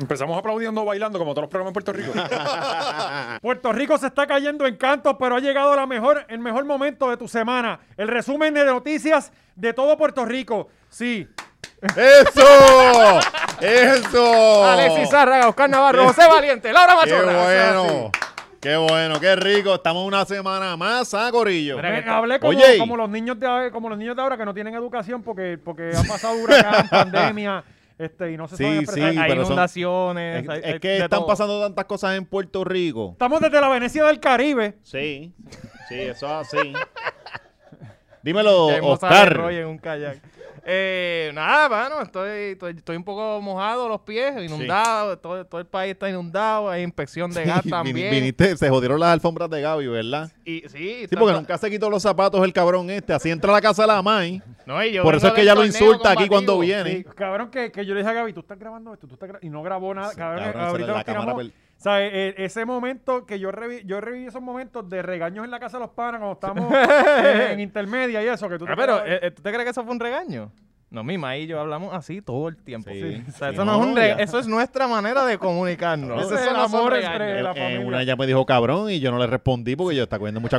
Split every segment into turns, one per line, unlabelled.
Empezamos aplaudiendo, bailando, como todos los programas en Puerto Rico.
Puerto Rico se está cayendo en cantos, pero ha llegado la mejor, el mejor momento de tu semana. El resumen de noticias de todo Puerto Rico. Sí.
¡Eso! ¡Eso!
Alexis Zárraga, Oscar Navarro, José Valiente, Laura
¡Qué
Machorra.
bueno! ¡Qué bueno! ¡Qué rico! Estamos una semana más, ¿ah, Corillo?
Mira,
Me-
que-
hablé como,
Oye.
como los niños de ahora- como los niños de ahora que no tienen educación porque, porque ha pasado huracán, pandemia, este, y no se
Sí,
saben
sí,
expresar.
Hay
pero son-
inundaciones.
Es,
hay-
es
hay
que
de
están
todo.
pasando tantas cosas en Puerto Rico.
Estamos desde la Venecia del Caribe.
Sí, sí, eso es así. Dímelo,
Jaimos sale
Oscar.
rollo en un kayak. Eh, nada, mano, estoy, estoy, estoy un poco mojado los pies, inundado, todo, todo el país está inundado, hay inspección de gas
Vin-
también.
viniste- se jodieron las alfombras de Gaby, ¿verdad?
Y, sí,
Sí, porque nunca se quitó los zapatos el cabrón este. Así entra a la casa de la Mai.
No, y yo
Por
vengo
eso es que
del
ella lo
torneo
insulta aquí
combativo.
cuando viene.
Sí, cabrón, que, que yo le dije a Gaby, tú estás grabando esto, tú estás gra-", y no grabó nada.
Sí,
cabrón,
cabrón, se
ahorita
le- la
nos tiramos-
cámara pel-
o sea, eh, eh, ese momento que yo reviví, yo reviví esos momentos de regaños en la casa de los panas cuando estamos eh, en intermedia y eso, que tú te
Ah, pero
quedabas-
eh, eh, ¿tú te crees que eso fue un regaño? No, mi ma y yo hablamos así todo el tiempo.
Sí.
O sea,
Sí,
eso no, es
no,
un re-
ya.
eso es nuestra manera de comunicarnos. Eso
Ese es el
no son
amor
regaños.
entre- De la
Eh, eh,
familia.
una ya me dijo cabrón y yo no le respondí porque yo estaba cogiendo mucha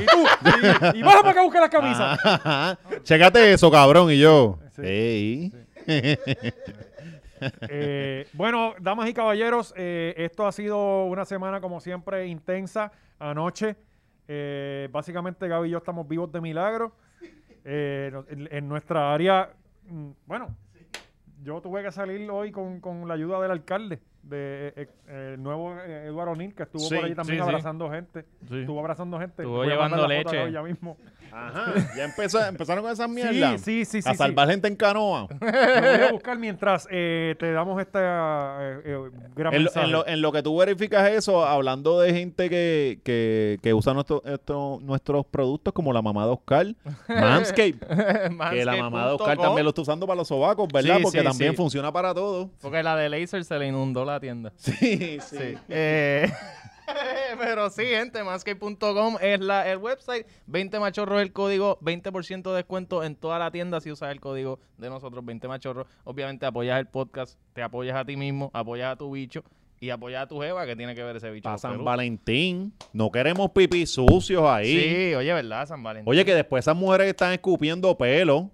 y tú,
uh,
y, y baja para acá a buscar las
Ah.
camisas.
Ajá. Chécate eso, cabrón, y yo. Ey.
Eh, bueno, damas y caballeros, eh, esto ha sido una semana como siempre intensa anoche. eh, básicamente Gaby y yo estamos vivos de milagro. Eh, no- en, en nuestra área, mm, bueno, yo tuve que salir hoy con, con la ayuda del alcalde, de eh, eh, el nuevo eh, Eduardo Nil, que estuvo
Sí,
por allí también
sí, sí.
abrazando gente.
Sí.
Estuvo abrazando gente.
Estuvo
Voy a
llevando
mandar la foto a
leche.
Gaby ya mismo.
Ajá. Ya empezó- empezaron con esas mierdas.
sí, sí, sí,
A
sí.
salvar gente en canoa.
Lo voy a buscar mientras eh, te damos esta eh, eh, gran
En lo,
mensaje.
en lo- en lo que tú verificas eso, hablando de gente que, que, que usa nuestro- esto- nuestros productos, como la mamá de Oscar, Manscape, que la mamá de
Manscaped.com,
Oscar también lo está usando para los sobacos, ¿verdad?
Sí,
Porque
sí,
también
sí.
funciona para todo.
Porque la de Laser se le inundó la tienda.
Sí, sí.
Eh, pero sí, gente, manscape.com es la, el website. 20 machorros el código, 20% de descuento en toda la tienda si usas el código de nosotros, 20 machorros. Obviamente apoyas el podcast, te apoyas a ti mismo, apoyas a tu bicho y apoyas a tu jeva que tiene que ver ese bicho.
Para San
Perú.
Valentín. No queremos pipí sucios ahí.
Sí, oye, ¿verdad? San Valentín.
Oye, que después esas mujeres que están escupiendo pelo,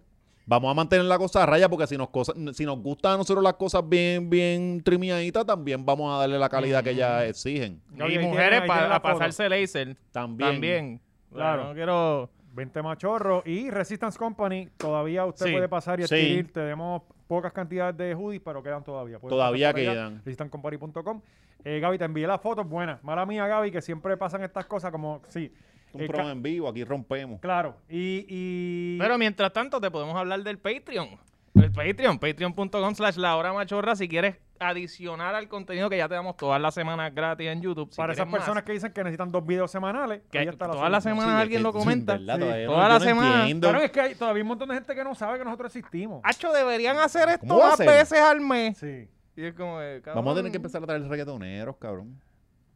vamos a mantener la cosa a raya porque si nos, cosa, si nos gustan a nosotros las cosas bien, bien trimiaditas, también vamos a darle la calidad que ellas exigen.
Gaby,
y
ahí tiene-
mujeres
ahí tiene
para
la foto.
pasarse laser.
También.
También.
Claro.
Claro. No quiero.
20 Machorro y Resistance Company. Todavía usted
Sí,
puede pasar y
sí.
adquirir. Tenemos pocas cantidades de hoodies, pero quedan todavía. Puede
Todavía
pasar por allá,
quedan.
ResistanceCompany.com. Eh, Gaby, te envié las fotos buenas. Mala mía, Gaby, que siempre pasan estas cosas como... Sí.
Un
Eh,
programa
ca-
en vivo, aquí rompemos.
claro. Y... y-
Pero mientras tanto, te podemos hablar del Patreon. El Patreon, patreon.com slash la hora machorra. Si quieres adicionar al contenido que ya te damos todas las semanas gratis en YouTube. Si
para
quieres
esas personas
más,
que dicen que necesitan dos videos semanales,
que
ahí está la
todas las
solución.
semanas
Sí,
alguien
es
lo
que-
comenta.
¿verdad? Todavía
Toda
yo
la semana.
entiendo.
Claro, es que hay, todavía hay un montón de gente que no sabe que nosotros existimos.
Hacho, deberían hacer esto
¿Cómo va a
dos
ser?
veces al mes.
Sí.
Y es como, eh, cabrón.
Vamos a tener que empezar a traer reggaetoneros, cabrón.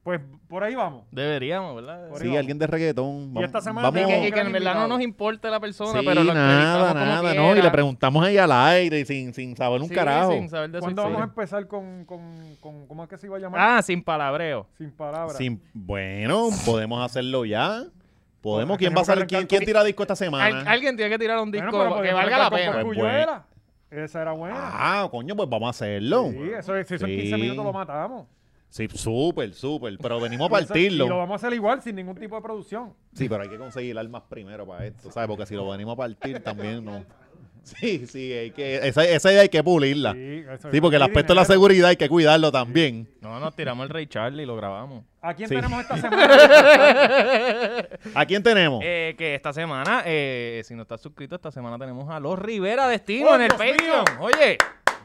Pues por ahí vamos.
Deberíamos, ¿verdad?
Por ahí
Sí,
vamos.
alguien de reggaetón. Vamos,
esta semana
vamos-
Y que,
un
y que
gran
en verdad
invitado.
no nos importa la persona,
Sí,
pero lo entrevistamos
nada,
como
nada,
quiera.
no. Y le preguntamos ahí al aire y sin, sin saber un
Sí,
carajo.
Sin saber de su
¿Cuándo vamos a
historia.
empezar con, con, con- ¿Cómo es que se iba a llamar?
Ah, sin palabreo.
Sin palabras.
Sin- bueno, podemos hacerlo ya. Podemos.
Bueno,
¿Quién va
tenemos
a
que
salir?
arrancar
¿Quién, quién
con-
tira disco esta
Al-
semana?
alguien tiene que tirar un disco
Bueno, pero
que
podemos
valga la
arrancar
pena.
con
Pues
Cosculluela. Esa era buena.
Ah, coño, pues vamos a hacerlo.
sí, eso, es- si eso en
Sí.
15 minutos lo matamos.
Sí, súper, súper. Pero venimos a
Y eso- Y lo
partirlo.
vamos a hacer igual, sin ningún tipo de producción.
Sí, pero hay que conseguir armas primero para esto, ¿sabes? Porque si lo venimos a partir también no. Sí, sí, hay que, esa, esa idea hay que pulirla.
Sí, eso-
Sí, porque el
y
aspecto de la
dinero.
seguridad hay que cuidarlo también.
No, nos tiramos el Rey Charlie y lo grabamos.
¿A quién
Sí.
tenemos esta semana?
¿A quién tenemos?
Eh, que esta semana, eh, si no estás suscrito, esta semana tenemos a los Rivera Destino
¡Oh,
en el
Dios mío!
Patreon. Oye,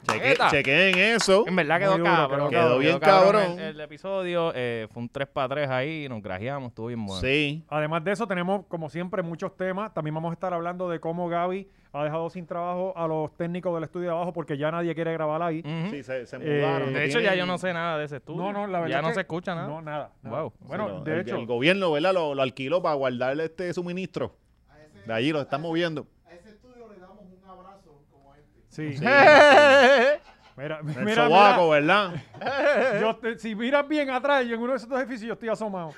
Cheque-
neta.
chequeen eso.
En verdad
Muy
quedó
duro,
cabrón.
quedó
cabrón. Quedó bien cabrón.
El, el episodio eh, fue un 3 para 3 ahí, nos grajeamos, estuvo bien bueno.
Sí.
Además de eso, tenemos, como siempre, muchos temas. También vamos a estar hablando de cómo Gaby ha dejado sin trabajo a los técnicos del estudio de abajo porque ya nadie quiere grabar ahí.
Ujú.
Sí, se, se
Eh,
mudaron. no
De hecho, ya
tienen-
yo no sé nada de ese estudio.
No, no, la verdad.
Ya no
es que
se escucha nada.
No, nada. nada.
Wow.
Bueno,
Sí, lo-
de
el,
hecho,
El gobierno, ¿verdad? Lo, lo alquiló para guardar este suministro. De allí lo están moviendo.
A ese estudio le damos un abrazo como este.
sí.
Sí.
Mira,
El
mira,
sobaco,
mira.
¿verdad?
Yo te- si miras bien atrás, yo en uno de esos dos edificios yo estoy asomado.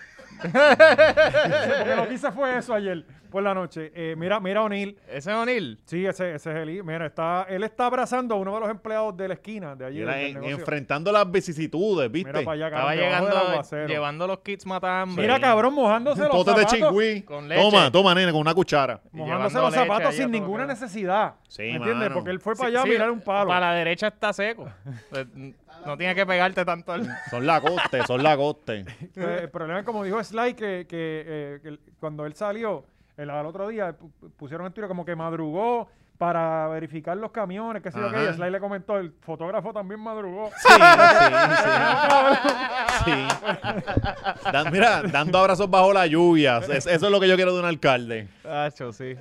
Porque lo que hice fue eso ayer por la noche. Eh, mira, mira O'Neill.
Ese es O'Neill.
Sí, ese, ese es el. Mira, está, él está abrazando a uno de los empleados de la esquina de allí.
Mira,
del
en-
negocio.
enfrentando las vicisitudes, ¿viste?
Mira para allá,
Estaba
cabrón, debajo del
llegando,
aguacero.
llevando los kits matambre.
Mira, cabrón, mojándose los
Potes de
zapatos.
chingüí.
con leche.
Toma, toma, nene, con una cuchara.
Y
mojándose
llevando
los
leche
zapatos
ahí a
sin
todo lo que
ninguna
da.
necesidad.
Sí,
¿Me entiendes?
mano.
Porque él fue
Sí,
para allá
sí,
a mirar un palo.
Para la derecha está seco. Pues, n- no tiene que pegarte tanto al...
Son lagostes, son lagostes.
Eh, el problema es, como dijo Sly, que, que, eh, que el- cuando él salió el, al otro día, pu- pu- pusieron el tiro como que madrugó para verificar los camiones, qué sé yo qué. y
Ajá.
Sly le comentó, el fotógrafo también madrugó.
Sí, sí, sí. Sí. Dan- mira, dando abrazos bajo la lluvia. Es- eso es lo que yo quiero de un alcalde.
Tacho, sí.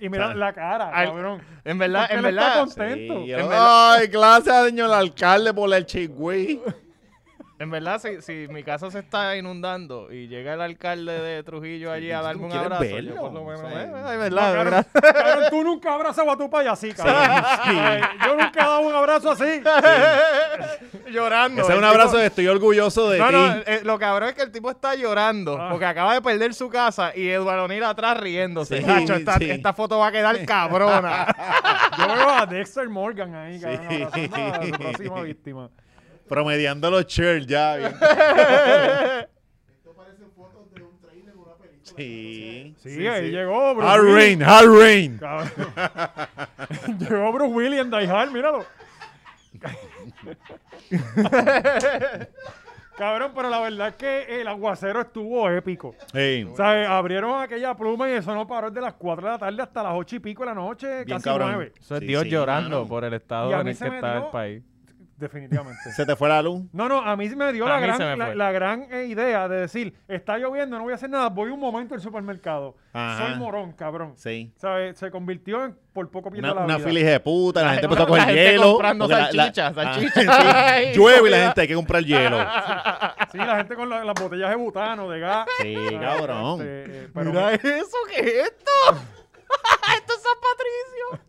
Y mira la cara,
Al-
cabrón.
En verdad,
Porque
en
él está
verdad,
contento. Atento.
Sí,
En
yo-
verdad-
Ay, gracias, señor alcalde, por el chingüí.
en verdad, si, si mi casa se está inundando y llega el alcalde de Trujillo allí a
tú
darme un
quieres
abrazo,
verlo,
yo por lo menos,
o sea,
eh, en verdad, en
Cabrón,
verdad.
cabrón, tú nunca abrazas a tu país así, cabrón. Ay, Yo nunca he dado un abrazo así.
llorando.
Ese es
el
un
tipo-
abrazo de estoy orgulloso de
No,
ti.
no, eh, lo cabrón es que el tipo está llorando
Ah.
porque acaba de perder su casa y Eduardo O'Neill atrás riéndose.
Sí,
Tacho, esta,
sí.
esta foto va a quedar cabrona.
Yo veo a Dexter Morgan ahí, cabrón,
Sí.
abrazando a su próxima víctima.
Promediando los chairs ya. bien. Sí.
Sí, ahí llegó, bro.
Hard rain, hard rain.
Cabrón. Llegó Bruce Willis en Die Hard, míralo. Cabrón, pero la verdad es que el aguacero estuvo épico.
Sí.
O sea, abrieron aquella pluma y eso no paró desde las 4 de la tarde hasta las 8 y pico de la noche,
Bien
casi
cabrón.
9.
Eso es
Sí,
Dios
sí,
llorando
mano.
por el
Y
estado
a
en
mí
el
se
que
me
está
dio-
el país.
Definitivamente.
Se te fue la luz.
No, no, a mí me dio
A
la
mí se me
gran, la,
fue.
la gran eh, idea de decir, está lloviendo, no voy a hacer nada, voy un momento al supermercado.
Ajá.
Soy morón, cabrón.
Sí.
¿Sabes? Se convirtió en por poco pierdo
Una,
la
una
vida.
fila de puta, la gente empezó a
la
coger
gente
hielo.
comprando
porque la- la-
salchichas,
ah,
salchichas.
sí.
Ay,
Llueve y la
comida.
gente hay que comprar hielo.
Sí, la gente con la- las botellas de butano, de gas.
Sí,
Ah,
cabrón.
este, eh, pero,
eso, ¿qué es esto? esto es San Patricio.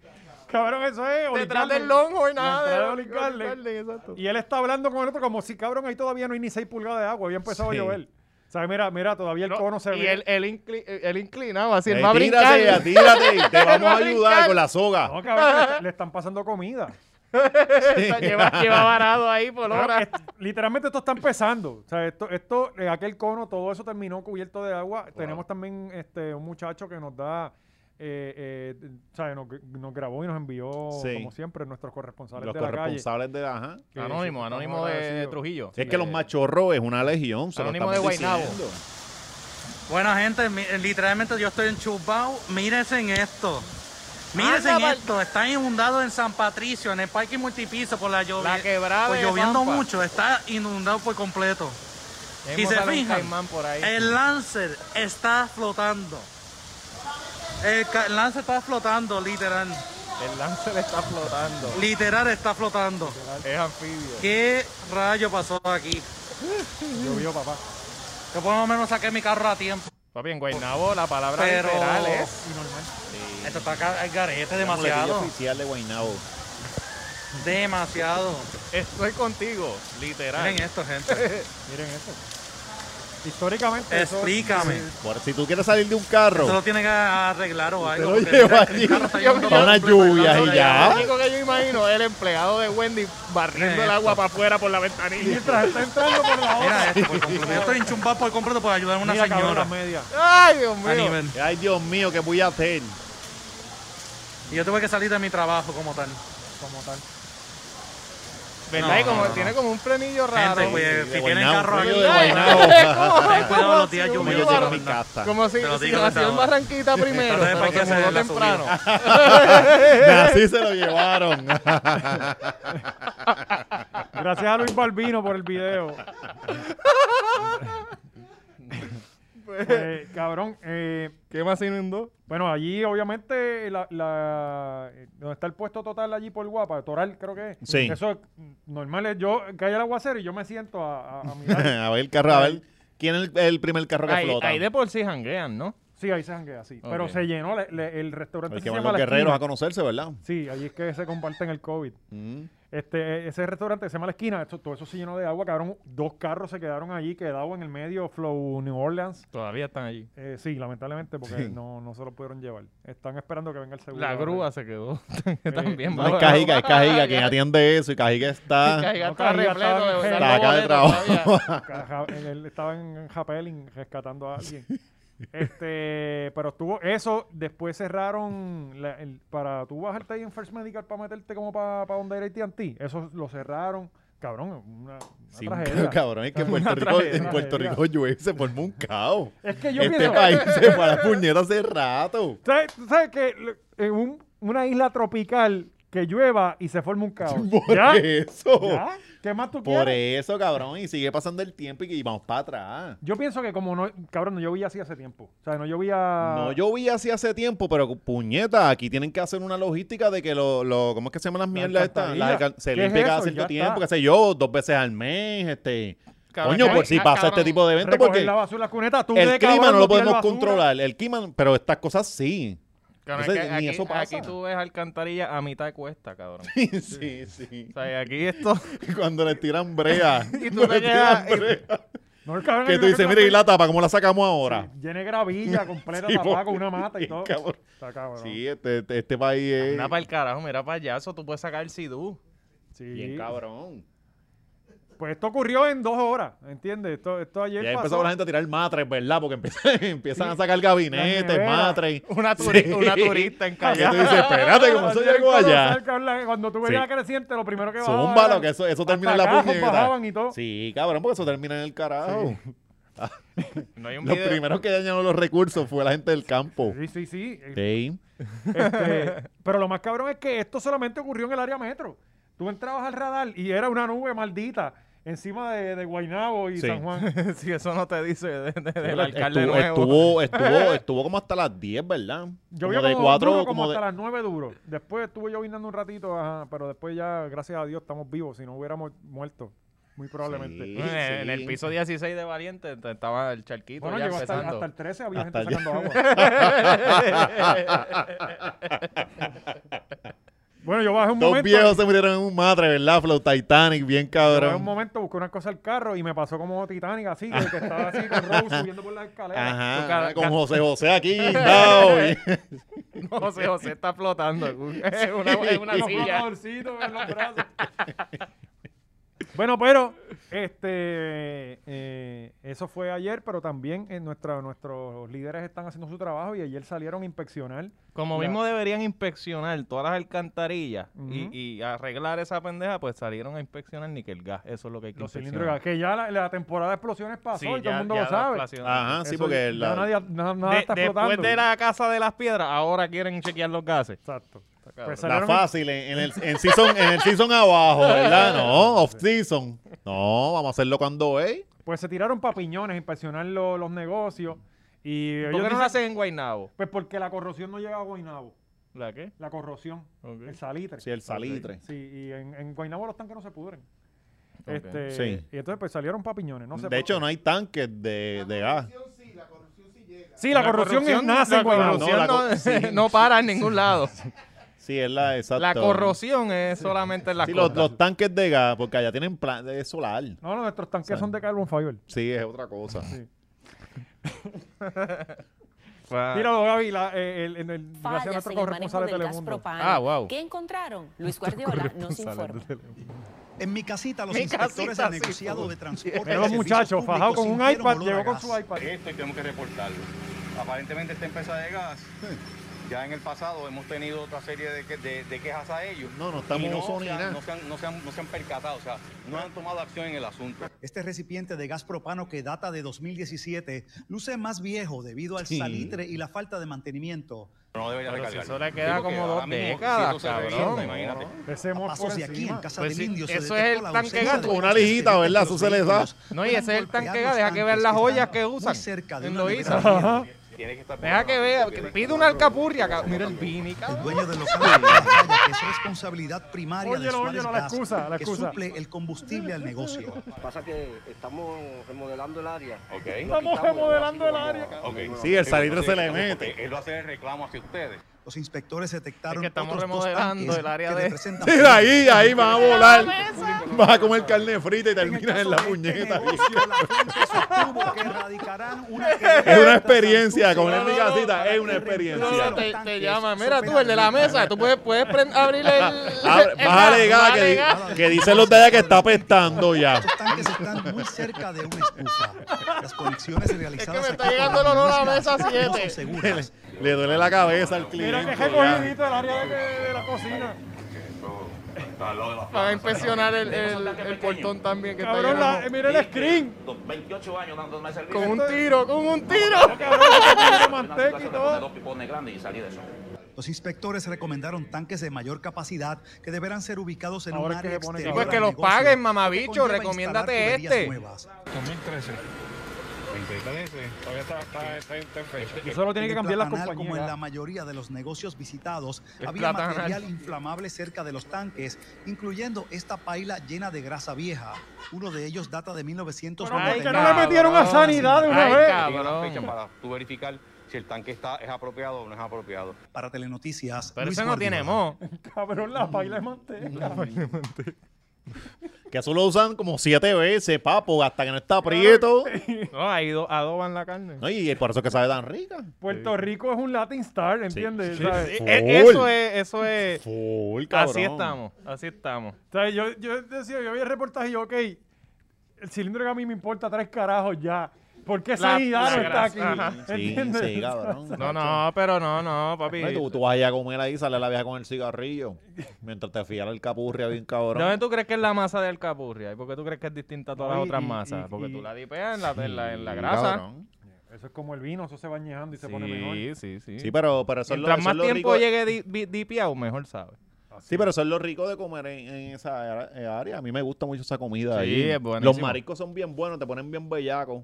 Cabrón, eso es. Olive
Detrás
Garden.
del Longhorn, nada.
La entrada de
de- Olive
Olive Garden.
Garden, exacto.
Y él está hablando con el otro como si, cabrón, ahí todavía no hay ni 6 pulgadas de agua. Había empezado
Sí.
a llover. O sea, mira, mira, todavía el
No,
cono se
y
ve.
él, él, incli- eh, él inclinado, así, él
Ey,
va a brincar.
tírate, tírate, te vamos
va
a
a
ayudar
brincar.
con la soga.
No, cabrón, le, está- le están pasando comida.
lleva, lleva varado ahí por
Cabrón,
horas.
es- literalmente esto está empezando. O sea, esto, esto eh, aquel cono, todo eso terminó cubierto de agua. Tenemos también este, un muchacho que nos da. eh, eh, o sea, nos, nos grabó y nos envió,
Sí.
como siempre, nuestros corresponsales
Los
de la calle.
corresponsables de la. ajá.
que
Anónimo,
sí,
anónimo
estamos
de, de
agradecidos.
Trujillo. Eh,
Es que los machorros es una legión. Se lo
Anónimo
estamos
de Guaynabo.
diciendo.
Bueno, gente, mi- eh, literalmente yo estoy enchufado. Mírense en esto. Mírense
Anda,
en
pal-
esto. Está inundado en San Patricio, en el parque multipiso por la lluvia.
La quebrada
Por
de
lloviendo
Pampa.
mucho. Está inundado por completo.
Hemos
Y se
salido un
fijan,
caimán por ahí.
el Lancer está flotando. El, ca- el Lancer está flotando, literal.
El lance le está flotando.
Literal está flotando.
Es anfibio.
¿Qué rayo pasó aquí?
Llovió, papá.
Yo por lo menos saqué mi carro a tiempo.
Papi, en Guaynabo la palabra
Pero-
literal ¿eh? es...
Esto está ca- al garete
La muletilla
demasiado.
oficial de Guaynabo.
Demasiado.
Estoy contigo, literal.
Miren esto, gente.
Miren eso. Históricamente. eso-
Explícame.
Por- si tú quieres salir de un carro,
Eso lo tiene que arreglar o algo.
lo
porque
lleva
el- el
allí.
carro está
Yo-
yendo
yo-
por
unas
el lado
lluvias
de
y
allá.
Lo
ya.
único que yo imagino es el empleado de Wendy barriendo el
Esto.
agua para afuera por la ventanilla.
Mientras está entrando por la otra.
Mira esto, por completo. Yo estoy enchumbado por completo para ayudar a una
Mira, cabrón,
señora
las medias.
Ay, Dios mío.
a nivel.
Ay, Dios mío, ¿qué voy a hacer?
Y yo tuve que salir de mi trabajo como tal.
Como tal.
¿Verdad?
No,
y como,
no, no.
tiene como un frenillo raro.
Gente, pues,
Sí, de
si tienen
Guaynabo,
carro
rollo
aquí, pues.
de
ten
Guaynabo.
cuidado los días
Como
Como
lluviosos.
si
yo llego a
hubiera-
mi
anda.
casa.
Como si,
Te lo
si
digo
lo
desde
hacía en
ahora.
Barranquita primero,
Entonces,
pero
¿para qué
se
hacer
mudó
la
temprano.
Así se lo llevaron.
Gracias a Luis Balbino por el video. Eh, cabrón, eh,
¿Qué más inundó?
bueno, allí obviamente la, la- eh, donde está el puesto total allí por guapa, Toral creo que es.
Sí.
Eso es normal, es yo cae el aguacero y yo me siento a, a- a mirar.
a ver, carro, a ver. ¿Quién es el, el primer carro que
Ahí,
flota?
ahí de por sí janguean, ¿no?
Sí, ahí se janguea, sí. Pero
Ok.
se llenó le- le- el restaurante.
Hay
se
que van
llama
los
La
guerreros a
Esquina.
conocerse, ¿verdad?
Sí, ahí es que se comparten el COVID.
Mm.
Este, ese restaurante se llama La Esquina, esto- todo eso se llenó de agua, cabrón. Dos carros se quedaron allí, quedado en el medio, Flow New Orleans.
Todavía están allí.
Eh, sí, lamentablemente, porque no, no se lo pudieron llevar. Están esperando que venga el seguro.
La
ahora.
grúa se quedó también.
No,
mano.
es Cajiga, es Cajiga quien atiende eso y Cajiga está...
Cajiga
No,
está
Cajiga
repleto
estaba
de
enfermo.
dando
Está acá de
boletos todavía.
trabajo.
Caja- en- Él estaba en Japeling rescatando a alguien. Este, pero estuvo eso. Después cerraron la- el- para tú bajarte ahí en First Medical para meterte como para donde era AT&T. Eso lo cerraron. Cabrón, una, una
Sí, un
tragedia.
caos, cabrón, es que en Puerto Rico,
tragedia,
en Puerto
tragedia.
Rico llueve, se formó un caos.
Es que yo
Este
pienso-
país se fue a la puñeta hace rato.
¿Sabes, tú sabes que lo- en un- una isla tropical que llueva y se forma un caos?
Por
¿Ya?
eso.
¿Ya? ¿Qué más tú
Por
quieres?
eso, cabrón, y sigue pasando el tiempo y, y vamos para atrás.
Yo pienso que como no, cabrón, no llovía así hace tiempo. O sea, no llovía...
No llovía así hace tiempo, pero puñeta, aquí tienen que hacer una logística de que lo, lo ¿cómo es que se llaman las mierdas estas? Las
alcantarillas.
alcan- se
¿Qué es
limpia cada
eso?
cierto
Ya
tiempo,
está.
qué sé yo, dos veces al mes, este.
Cabrón,
Coño, por
cabrón,
si pasa
cabrón.
este tipo de evento,
Recoger
porque
la basura, las cunetas, tú de
el clima
cabrón,
no lo
tiras
podemos
basura.
controlar, el clima, pero estas cosas sí.
Cabrón,
Entonces,
es que
ni
aquí-
eso pasa.
Aquí tú ves alcantarillas a mitad de cuesta, cabrón.
Sí, sí, sí.
O sea, aquí esto...
Cuando le tiran brea.
Y tú
cuando
te
le tiran
quedas- y-
brea,
No, el cabrón, hay
Que tú
una
dices,
otra
mira, y
vez-
la tapa, ¿cómo la sacamos ahora?
Llene gravilla completa,
Sí,
tapada
por-
con una mata y todo.
cabrón.
Está cabrón. Sí,
Sí, este, este, este país es.
Anda para el carajo, mira payaso, tú puedes sacar el sidú.
Bien cabrón.
Pues esto ocurrió en dos horas, ¿entiendes? Esto, esto
Y
ayer
ahí
pasó.
empezó la gente a tirar matres, ¿verdad? Porque empiezan, empiezan a sacar gabinetes,
nevera.
matres.
Una, turi-
Sí.
una turista
Y tú
encallada.
dices, espérate, ¿cómo eso
Ayer
llegó
en Colosal,
allá?
cabrón, la- Cuando tú ves
Sí.
la creciente, lo primero que bajaba
Zúmbalo,
eran-
que eso, eso
hasta
termina en la
cajos
puñeta.
bajaban y todo.
Sí, cabrón, porque eso termina en el carajo.
No hay un
Los
video.
primeros que dañaron los recursos fue la gente del campo.
Sí, sí, sí.
Sí.
Este, pero lo más cabrón es que esto solamente ocurrió en el área metro. Tú entrabas al radar y era una nube maldita encima de, de Guaynabo y
Sí.
San Juan.
si eso no te dice de- de- del alcalde
Estuvo,
nuevo.
estuvo, estuvo, estuvo como hasta las 10, ¿verdad?
Llovió
como de
como,
4
duro,
como,
como
de...
hasta las 9 duro. Después estuvo llovinando un ratito, ajá, pero después ya, gracias a Dios, estamos vivos. Si no hubiéramos muerto, muy probablemente.
Sí,
En el- En
sí.
el piso 16 de Valiente te- estaba el charquito
Bueno,
Pues ya
llegó hasta,
empezando.
hasta el 13, había
Hasta
gente
allá.
sacando agua. bueno, yo bajé un
Dos
momento.
viejos se murieron en un madre, ¿verdad? Flow Titanic, bien
yo bajé
cabrón.
un momento, busqué una cosa al carro y me pasó como Titanic, así, que que estaba así con Rose subiendo por las escaleras.
Ajá,
Tú cada-
con
cada-
José José aquí, guindao, y-
No, José José está flotando. Es una, es una
Y los
silla.
flotadorcitos en los brazos. bueno, pero este eh, eso fue ayer, pero también en nuestra, nuestros líderes están haciendo su trabajo y ayer salieron a inspeccionar.
Como mismo deberían inspeccionar todas las alcantarillas y-
Ujú.
y, arreglar esa pendeja, pues salieron a inspeccionar níquel gas. Eso es lo que hay que
Los cilindros de
inspeccionar.
gas, que ya la, la temporada de explosiones pasó
Sí,
y todo
ya-
el mundo
ya
lo
la
sabe.
inflación.
Ajá, Ah, sí,
Eso ya
porque la-
nadie- na- nada
De-
está explotando.
después de la casa de las piedras, ahora quieren chequear los gases.
Exacto.
cabrón.
Pues
la
salieron-
fácil en, en el en season, en el season abajo, ¿verdad? No, off season. No, vamos a hacerlo cuando es.
pues se tiraron papiñones a inspeccionar lo- los negocios. Y
¿Por qué
ellos
no
dicen-
lo hacen en Guaynabo?
Pues porque la corrosión no llega a Guaynabo.
¿La qué?
La corrosión,
Ok.
el salitre.
Sí, el salitre.
Sí, y en, en Guaynabo los tanques no se pudren.
Ok.
Este,
Sí.
Y entonces pues salieron papiñones, no sé
de
por
hecho,
qué.
no hay tanques de, de gas.
Sí, la, corrupción, es nace en
La
Guaynabo.
corrupción
No,
no,
la cor- sí.
no para en ningún lado.
Sí, es la exacto.
La corrosión es solamente en la
Sí, los, los tanques de gas, porque allá tienen plan de solar.
No, no, nuestros tanques son de carbon fiber.
Sí, es otra cosa.
Ah.
Tíralo, Gaby, la, eh, el, en el, gracias a
fallas
nuestro
en el manejo
corresponsal de
del gas
Telemundo.
propano.
Ah, wow.
¿Qué encontraron? Luis Guardiola nos informa.
En mi casita, los
Mi
inspectores
casita,
del
sí,
negociado
tú.
de transporte.
Pero los
y servicios
muchachos,
públicos
fajado con un
sintieron
iPad,
olor a
llegó con
gas.
su iPad.
Esto y tenemos que reportarlo. Aparentemente esta empresa de gas, ya en el pasado hemos tenido otra serie de, que- de- de quejas a ellos.
No, no estamos
Y no,
oso ni
se han-
nada.
no se han, no se han- no se han percatado, o sea, no han tomado acción en el asunto.
Este recipiente de gas propano que data de 2017 luce más viejo debido al
Sí.
salitre y la falta de mantenimiento.
No debería
Pero si
recargar.
eso le queda
porque
como dos
ahora mismo, si eso
décadas,
se revienta,
cabrón.
imagínate.
Ese
A
mozo por
pasos de aquí, en
encima.
casa
Pues sí,
del indio, se
eso es
detectó
el
la
tanque
ausencia
gas.
de
Una
gas
lijita,
exterior
¿verdad?
de
Eso
los
se les da.
vehículos.
No, y
Fueron
ese es el tanque
golpear
gas,
los
deja que vean
tanques
las
que
ollas
estaban
que
muy
usan
cerca de
en
una
Loíza.
nevera.
Ajá.
tiene que estar...
Deja que vea, que pide una alcapurria, cabrón. Mira el Vini,
El
cabrón.
dueño del local de la playa, que es responsabilidad primaria de
Óyelo,
Suárez
óyelo, la
Gas,
excusa, la
que
excusa.
suple el combustible al negocio.
Pasa que estamos remodelando el área.
Ok.
Estamos remodelando el área.
okay.
Sí, el salitre se le
Ok,
mete.
porque Él va a hacer el reclamo hacia ustedes.
Los inspectores detectaron
Es que estamos
otros dos
remodelando
tanques
el área
que
de-
representan
Sí, de ahí, de ahí vas a volar. Vas a comer carne frita y terminas en la puñeta.
Es
una experiencia, como él diga, cita, es una
No,
experiencia.
te, te llama, mira tú, el de la mesa, tú puedes, puedes prend- abrir el...
Abre-
el-
Ah, Vas a
vas a
alegar que, di-
alegar.
que dicen los de allá que está apestando ya.
Estos tanques están muy cerca de una estufa. Las conexiones realizadas
me está
aquí
llegando
por
el olor a
Luis
mesa
Gas no
siete.
son seguras.
Le duele la cabeza al
Mira que
cliente. ya.
recogidito el área de, que- de la cocina.
Está al lado de la
Van a
plaza.
inspeccionar el, el, el portón también que está
Cabrón, la- eh,
lleno.
mira el screen.
28 años dándome servicio.
Con un tiro, con un tiro.
Cabrón, le pusieron manteca y
Yo poner
todo.
dos pipones grandes y salir de eso.
Los inspectores recomendaron tanques de mayor capacidad que deberán ser ubicados en
Ahora
un
es que
área
se pone
exterior.
cabrón.
Pues que
al
los
negocio,
paguen,
lo que
mamabicho,
conlleva
recomiéndate
instalar tuberías
este.
nuevas.
2013.
2013. Todavía está, está, está, está en fecha.
Y solo tiene que
En
cambiar las
Platanal, Como en la
compañías.
mayoría de los negocios visitados,
El
había
Platanal.
material inflamable cerca de los tanques, incluyendo esta paila llena de grasa vieja. Uno de ellos data de
Ay,
1999.
que no le metieron a sanidad de una
Ay,
vez.
Tiene una
cabrón.
fecha para tú verificar si el tanque está, es apropiado o no es apropiado.
Para Telenoticias.
Pero
Luis
eso no tiene
Guardiola.
mo.
Cabrón, la paila de manteca.
Que eso lo usan como siete veces, papo, hasta que no está prieto.
No, ahí do- adoban la carne.
No, y por eso que sabe tan rica.
Puerto Rico es un Latin Star, ¿entiendes?
E-
¿Sabes?
Full.
e- Eso es, eso es...
Full, cabrón.
Eh, Así estamos, así estamos.
O sea, yo, yo decía, yo vi el reportaje y yo, ok, el cilindro que a mí me importa tres carajos ya. ¿Por qué sanidad no
la
está aquí?
grasa, ajá.
Sí,
¿Entiendes?
sí, cabrón.
No, no, pero no, no, papi.
No, Tú, tú vas allá a comer ahí, sale la vieja con el cigarrillo. Mientras te fías el capurria bien
¿De
cabrón.
dónde tú crees que es la masa de alcapurria? ¿Y por qué tú crees que es distinta a todas
No,
las
y-
otras
y-
masas?
y-
Porque
y-
tú la dipeas en la, en la, en la
Sí,
grasa.
cabrón.
Eso es como el vino, eso se va añejando y se pone mejor.
Sí, sí, sí.
Sí, pero, pero eso es lo,
Mientras
eso
más
es lo
tiempo
rico-
llegue di- vi- dipeado, mejor sabes.
Sí, pero eso es lo rico de comer en, en esa ar- eh, área. A mí me gusta mucho esa comida
Sí,
ahí.
es buenísimo.
Los mariscos son bien buenos, te ponen bien bellacos.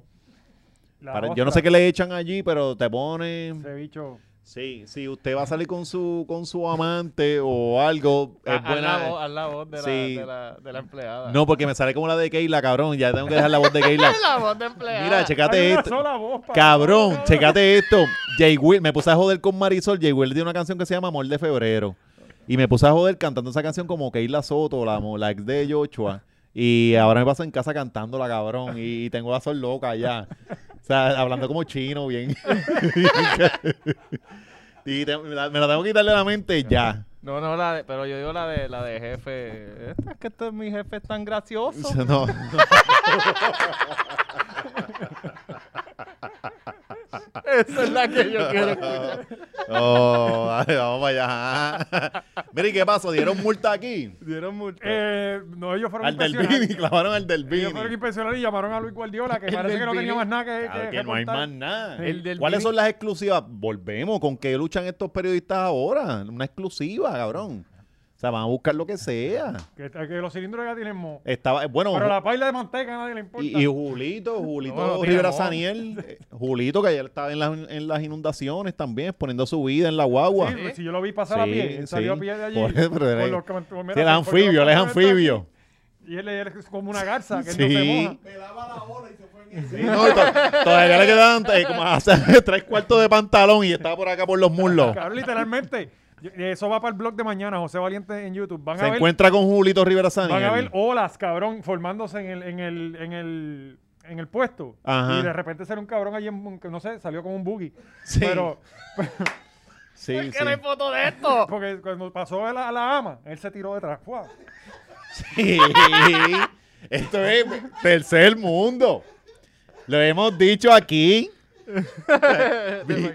La
Pare- Yo no
ostra,
sé qué le echan allí, pero te ponen...
Ese bicho.
Sí, si usted va a salir con su con su amante o algo, es
Haz la voz,
buena.
haz la voz de,
Sí.
la, de, la, de la empleada.
No, porque me sale como la de Keila, cabrón. Ya tengo que dejar la voz de Keila.
La voz de empleada.
Mira,
Hay
checate
una
esto.
sola voz, papá.
Cabrón, checate esto. Jay Will, me puse a joder con Marisol. Jay Will tiene una canción que se llama Amor de Febrero. Y me puse a joder cantando esa canción como Keila Soto, la, mo- la ex de Joshua. Y ahora me paso en casa cantándola, cabrón. Y tengo la sol loca ya. O sea, hablando como chino, bien. y te- me, la, me la tengo que quitarle de la mente ya.
No, no, la de, pero yo digo la de, la de jefe. Esta, es que este, mi jefe es tan gracioso.
No.
Esa es la que yo quiero escuchar.
Oh, ay, vamos para allá. Mira, ¿y qué pasó? ¿Dieron multa aquí?
Dieron mucho.
Eh, no, ellos fueron
Al del
inspeccionar.
Bini, clavaron al del
Ellos fueron
Bini.
inspeccionar y llamaron a Luis Guardiola, que
El
parece
del
que no tenía
Bini.
más nada que,
Claro
que
que no hay
reportar.
más nada.
El del
¿Cuáles
Bini.
son las exclusivas? Volvemos, ¿con qué luchan estos periodistas ahora? Una exclusiva, cabrón. O sea, van a buscar lo que sea.
Que, que los cilindros ya tienen mo.
Estaba, bueno,
Pero la paila de manteca a nadie le importa.
y, y Julito, Julito
No, no tiene
Rivera
amor.
Saniel, eh, Julito que ayer estaba en las, en las inundaciones también, poniendo su vida en la guagua.
Sí, si yo lo vi pasar a
Sí,
pie, él salió
sí.
a pie de allí.
Por eso, pero él-
los coment- por- mira,
Sí, él es
por- por los
anfibio, él es
comentarios
anfibio.
Y él, él es como una garza que
Sí.
no se moja.
Sí, no, y to- todavía le quedan eh, como hasta tres cuartos de pantalón y estaba por acá por los muslos.
Cabrón, literalmente. yo- Eso va para el blog de mañana, José Valiente en YouTube. Van
Se
a ver,
encuentra con Julito Rivera Saniel.
van a ver olas, cabrón, formándose en el, en el, en el, en el puesto.
Ajá.
Y de repente sale un cabrón allí, en- que no sé, salió con un boogie.
Sí.
Pero,
Sí,
¿Por
sí.
qué no hay foto de esto?
porque cuando pasó a la, a la ama, él se tiró detrás. ¡Fua!
Sí. Esto es tercer mundo. Lo hemos dicho aquí.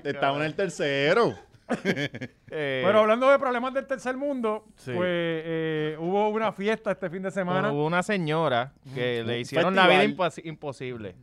Estamos en el tercero.
Eh,
Pero hablando de problemas del tercer mundo,
Sí.
pues eh, hubo una fiesta este fin de semana.
Hubo una señora que le hicieron la
festival.
vida impos- imposible.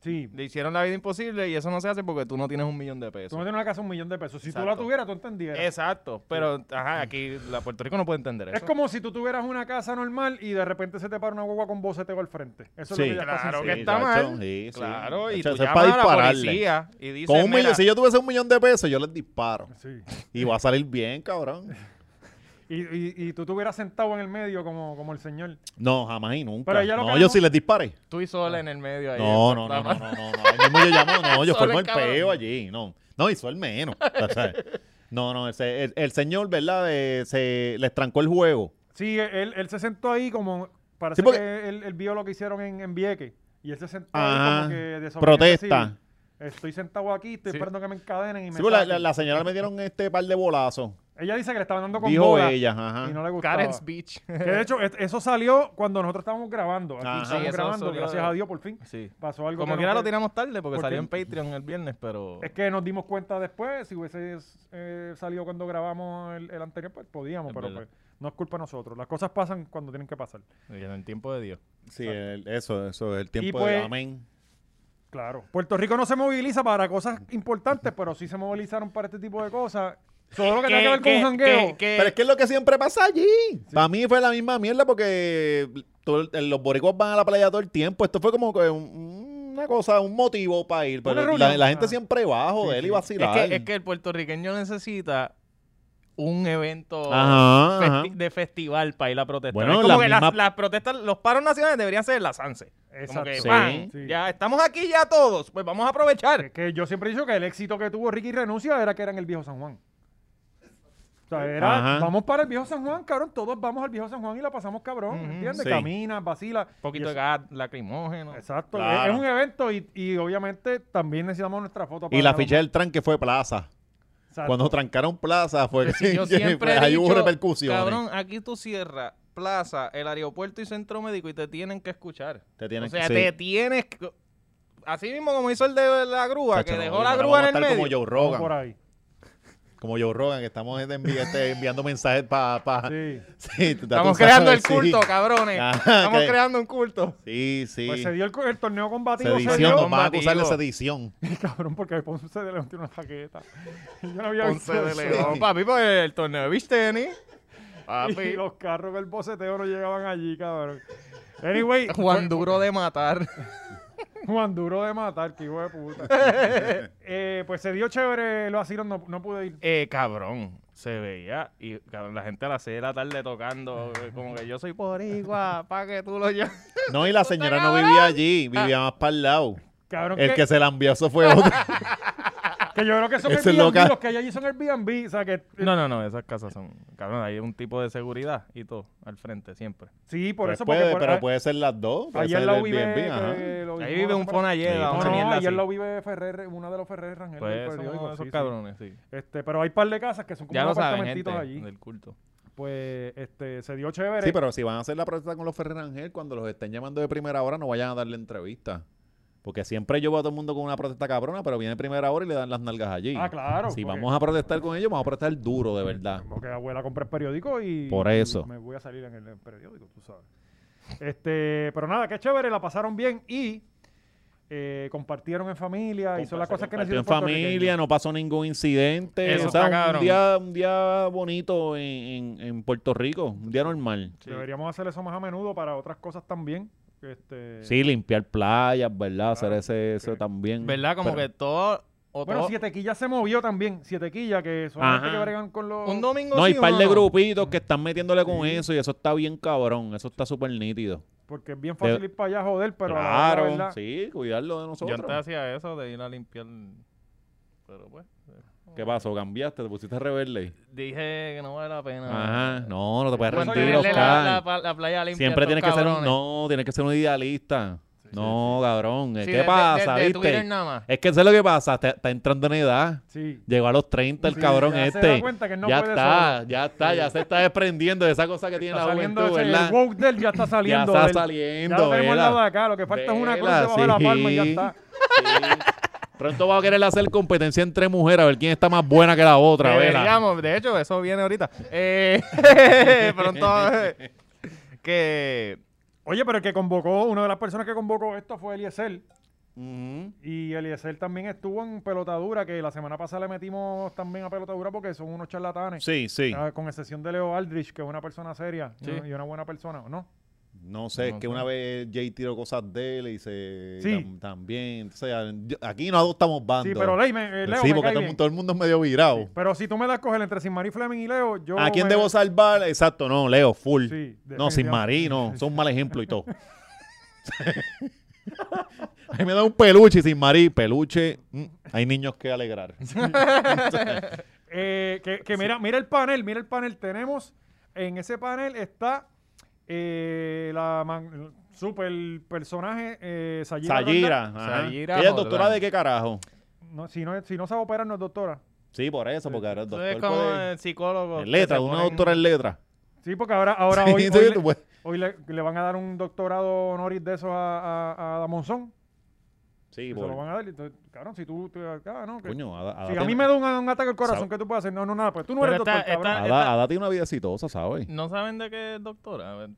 Sí.
Le hicieron la vida imposible y eso no se hace porque tú no tienes un millón de
Tú
pesos.
no tienes una casa de un millón de pesos. Si tú la
Exacto.
tuvieras, tú entendieras.
Exacto, pero ajá, aquí la Puerto Rico no puede entender eso.
Es como si tú tuvieras una casa normal y de repente se te para una guagua con boceteo al frente. Eso es
Sí.
lo que ya está
Claro
sin
que
ser.
está
chacho,
mal.
sí, sí.
Claro, y
Chacho,
tú
eso es
llamas
para
a la
dispararle.
policía y dices,
Con un millón-
"Mira,
si yo tuviese un millón de pesos, yo les disparo.
Sí.
Y va a salir bien, cabrón.
Y, y, y tú te hubieras sentado en el medio como, como el señor.
No, jamás y nunca.
Pero ella lo
no,
que
yo
ganó-
sí les disparé.
tú y sola en el medio ahí.
No,
en
no, no,
Santa
no,
Clara".
no, no, no. Ahí mismo yo llamo, no, yo
pues, Solo
formo
el
el
cabrón.
peo allí, no. No, hizo el menos. o sea, no, no, ese- el, el señor, ¿verdad? Eh, se les trancó el juego.
Sí, él, él se sentó ahí como... Parece
Sí, porque-
que él, él vio lo que hicieron en, en Vieque. Y él se sentó ahí
Ajá.
como que... desobediente
Protesta.
civil. Estoy sentado aquí, estoy
Sí.
esperando que me encadenen y me
Sí, pues, la,
saquen.
la- la señora le metieron este par de bolazos.
Ella dice que le estaban dando con
Dijo
bola
ella, ajá.
y no le gustaba.
Karen's Beach.
Que de hecho, es- eso salió cuando nosotros estábamos grabando. Aquí
Ajá.
Sí,
estábamos
eso
grabando,
salió-
gracias a Dios, por fin.
Sí.
Pasó algo.
Como
que
quiera lo
no fue-
tiramos tarde porque
Porque-
salió en Patreon el viernes, pero
Es que nos dimos cuenta después, si hubiese eh, salido cuando grabamos el, el anterior, pues podíamos,
Es
pero
verdad.
pues, no es culpa de nosotros. Las cosas pasan cuando tienen que pasar.
en el tiempo de Dios.
Sí, el- eso, eso, el tiempo
pues-
de amén.
Claro. Puerto Rico no se moviliza para cosas importantes, pero sí se movilizaron para este tipo de cosas. Todo lo que tenga que ver con un jangueo.
que- que-
Pero es que es lo que siempre pasa allí. Para mí fue la misma mierda porque todo el- los boricuas van a la playa todo el tiempo. Esto fue como que un- una cosa, un motivo para ir.
Una
Pero la,
reunión.
la gente
Ah.
siempre va a joder
sí.
y vacilar.
Es que, es que el puertorriqueño necesita un evento
Ajá,
festi-
ajá.
de festival para ir a protestar.
Bueno,
es como
la
que las,
misma-
las protestas, los paros nacionales deberían ser la SANSE. Como
Exacto.
que,
Sí.
¡pam!
Sí.
Ya estamos aquí ya todos, pues vamos a aprovechar.
Es que yo siempre he dicho que el éxito que tuvo Ricky Renuncia era que era en el viejo San Juan. O sea, era,
Ajá.
vamos para el viejo San Juan, cabrón, todos vamos al viejo San Juan y la pasamos cabrón,
Ujú.
¿entiendes?
Sí.
Caminas, vacilas.
Un poquito
y
de
eso-
gas lacrimógeno.
Exacto,
Claro.
es, es un evento y, y obviamente también necesitamos nuestra foto.
y la ficha del tranque fue plaza.
Exacto.
Cuando trancaron plaza
Porque
fue
si yo
que-
siempre
pues,
he
ahí hubo
dicho,
repercusiones.
Cabrón, aquí tú cierras plaza, el aeropuerto y centro médico y te tienen que escuchar.
Te tienen
o sea,
que-
te
sí.
tienes que... Así mismo como hizo el de la grúa,
Chacho,
que
no,
dejó
no,
la
no,
grúa
vamos a
en el
estar
medio.
como Joe
Vamos por
Rogan.
ahí.
Como Joe Rogan, que estamos este, envi- este, enviando mensajes para...
Sí.
Estamos creando el culto, cabrones.
Ajá,
Estamos
que-
creando un culto.
Sí, sí.
Pues se dio el, co- el torneo combativo, se
Sedición,
dio,
nos van a acusar de
combativo.
sedición.
cabrón, porque Ponce de León tiene una jaqueta. Yo no había
Ponce
visto
de
eso.
León, papi, por el torneo de beach tenis.
Y
Papi,
los carros del boceteo no llegaban allí, cabrón. Anyway,
Juan Duro de matar.
Juan Duro de matar, que hijo de puta. Eh, pues se dio chévere el vacilón, no, no pude ir.
Eh, cabrón, se veía y cabrón, la gente a las 6 de la tarde tocando, eh, como que yo soy boricua, pa' que tú lo lleves.
No, y la señora no vivía allí,
Ah.
vivía más para el lado.
Cabrón,
El
que,
que se la envió, eso fue otro.
que yo creo que son
ese
Airbnb,
loca-
los que hay allí son Airbnb. O sea, que, eh,
No, no, no, esas casas son, cabrón, hay un tipo de seguridad y todo al frente siempre.
sí, por
Pues
eso. porque
puede,
por-
pero
ah,
puede ser las dos. Puede
Ayer
ser
lo
el
vive.
B&B, ajá.
que eh, lo
Ahí
mismo
vive
la
un
semana-
fonalleda,
No,
una
no,
mierda
ayer
así.
lo vive Ferrer, una de los Ferrer Rangel. del
Pues
periódico,
somos esos
sí, sí.
cabrones, sí.
Este, pero hay par de casas que son como
Ya lo
unos
saben, gente,
apartamentitos allí.
del culto.
Pues este, se dio chévere.
Sí, pero si van a hacer la protesta con los Ferrer Ángel, cuando los estén llamando de primera hora, no vayan a darle entrevista. Porque siempre yo voy a todo el mundo con una protesta cabrona, pero viene primera hora y le dan las nalgas allí.
Ah, claro,
Si
porque-
vamos a protestar con ellos, vamos a protestar duro, de verdad.
Porque abuela compré el periódico y.
Por eso.
y me voy a salir en el, en periódico, tú sabes. Este, pero nada, qué chévere, la pasaron bien y eh, compartieron en familia, hizo las cosas que
Partió
necesitan.
en familia, no pasó ningún incidente.
Eso
o sea,
está
un
cabrón.
día, un día bonito en, en- en Puerto Rico, un día normal.
Deberíamos hacer eso más a menudo para otras cosas también. Este,
Sí, limpiar playas, ¿verdad? Hacer ese, eso
sí.
también.
Mm. ¿Verdad? Como
Pero-
que todo... o
Bueno,
todo-
Siete Quillas se movió también. Siete Quillas, que son gente
Ajá.
que bregan con los.
Un domingo
No, hay
sí,
par
uno
de
no.
grupitos que están metiéndole con eso y eso está bien cabrón. Eso está súper nítido.
Porque es bien fácil
De-
ir para allá a joder, pero. a la hora,
claro,
¿verdad?
sí, cuidarlo de
Yo
nosotros.
antes hacía eso de ir a limpiar, pero pues...
¿Qué pasó? ¿Cambiaste? ¿Te pusiste rebelde?
Dije que no vale la pena.
Ajá. No, no te puedes
Bueno,
rendir,
tenerle la,
Oscar.
la- la playa limpia a
Siempre
estos
tienes que ser un...
cabrones.
No, tienes que ser un idealista. no, cabrón.
Sí,
¿Qué
de- de-
pasa,
de- de
viste?
Twitter nada más.
Es que eso es lo que pasa. Está, está entrando en edad.
Sí.
Llegó a los 30 el
Sí,
cabrón
ya se
este.
da cuenta que no
ya,
puede
está, ya está, ya se está desprendiendo de esa cosa que tiene
Está
la
saliendo
juventud,
ese-
¿verdad?
El woke del ya está saliendo.
está
del-
saliendo,
Ya lo tenemos al
vela.
lado de acá. Lo que falta es una cruz
Vela,
debajo de la palma y ya
sí.
está.
Pronto va a querer hacer competencia entre mujeres a ver quién está más buena que la otra, ¿verdad?
Deberíamos, de hecho, eso viene ahorita. Eh, pronto. eh, que
Oye, pero el que convocó, una de las personas que convocó esto fue Eliezer. Y Eliezer también estuvo en pelotadura, que la semana pasada le metimos también a pelotadura porque son unos charlatanes.
Sí, sí.
Ah, Con excepción de Leo Aldrich, que es una persona seria y
Sí.
una- y una buena persona, ¿no?
No sé, es
No
que
sé.
una vez Jay tiró cosas de él y se...
Sí.
tam- también. O sea, yo- aquí no adoptamos bandos.
Sí, pero Ley, me- eh, Leo
Pues sí,
me
porque
cae
todo, el
bien.
mu- todo el mundo es medio virado.
Pero si tú me das coger entre Sin Marí Fleming y Leo, yo.
¿A quién
me-
debo salvar? Exacto, no, Leo, full.
Sí,
no, sin
definitivamente.
marino, son un mal ejemplo y todo. Ahí me da un peluche y sin marí, peluche. mm, hay niños que alegrar.
Eh, que que mira, mira el panel, mira el panel. Tenemos, en ese panel está eh, la man- super personaje eh, Sayira.
Sayira.
Roldán.
ajá.
Sayira
¿Ella es
Roldán.
doctora de qué carajo?
Roldán. No, si, no, si no sabe operar, no es doctora.
Sí, por eso, porque ahora el
Eso es
doctor
como
puede-
el psicólogo.
En letras, una doctora en letras.
Sí, porque ahora, ahora
Sí,
hoy,
sí,
hoy
tú
le,
puedes-
hoy le- le van a dar un doctorado honoris de esos a, a, a Damonzón. que
Sí,
se
por-
lo van a dar. Entonces, cabrón, si tú. te- ah, no, que-
Coño, Ada, Ada
si a
tiene-
mí me da un, un ataque al corazón,
Sabe-
¿qué tú puedes hacer? No, no, nada. Pues tú no
Pero
eres
está-
doctor, cabrón.
está-
Ada- Ada tiene una vida exitosa, ¿sabes?
¿No saben de qué es doctora? A ver,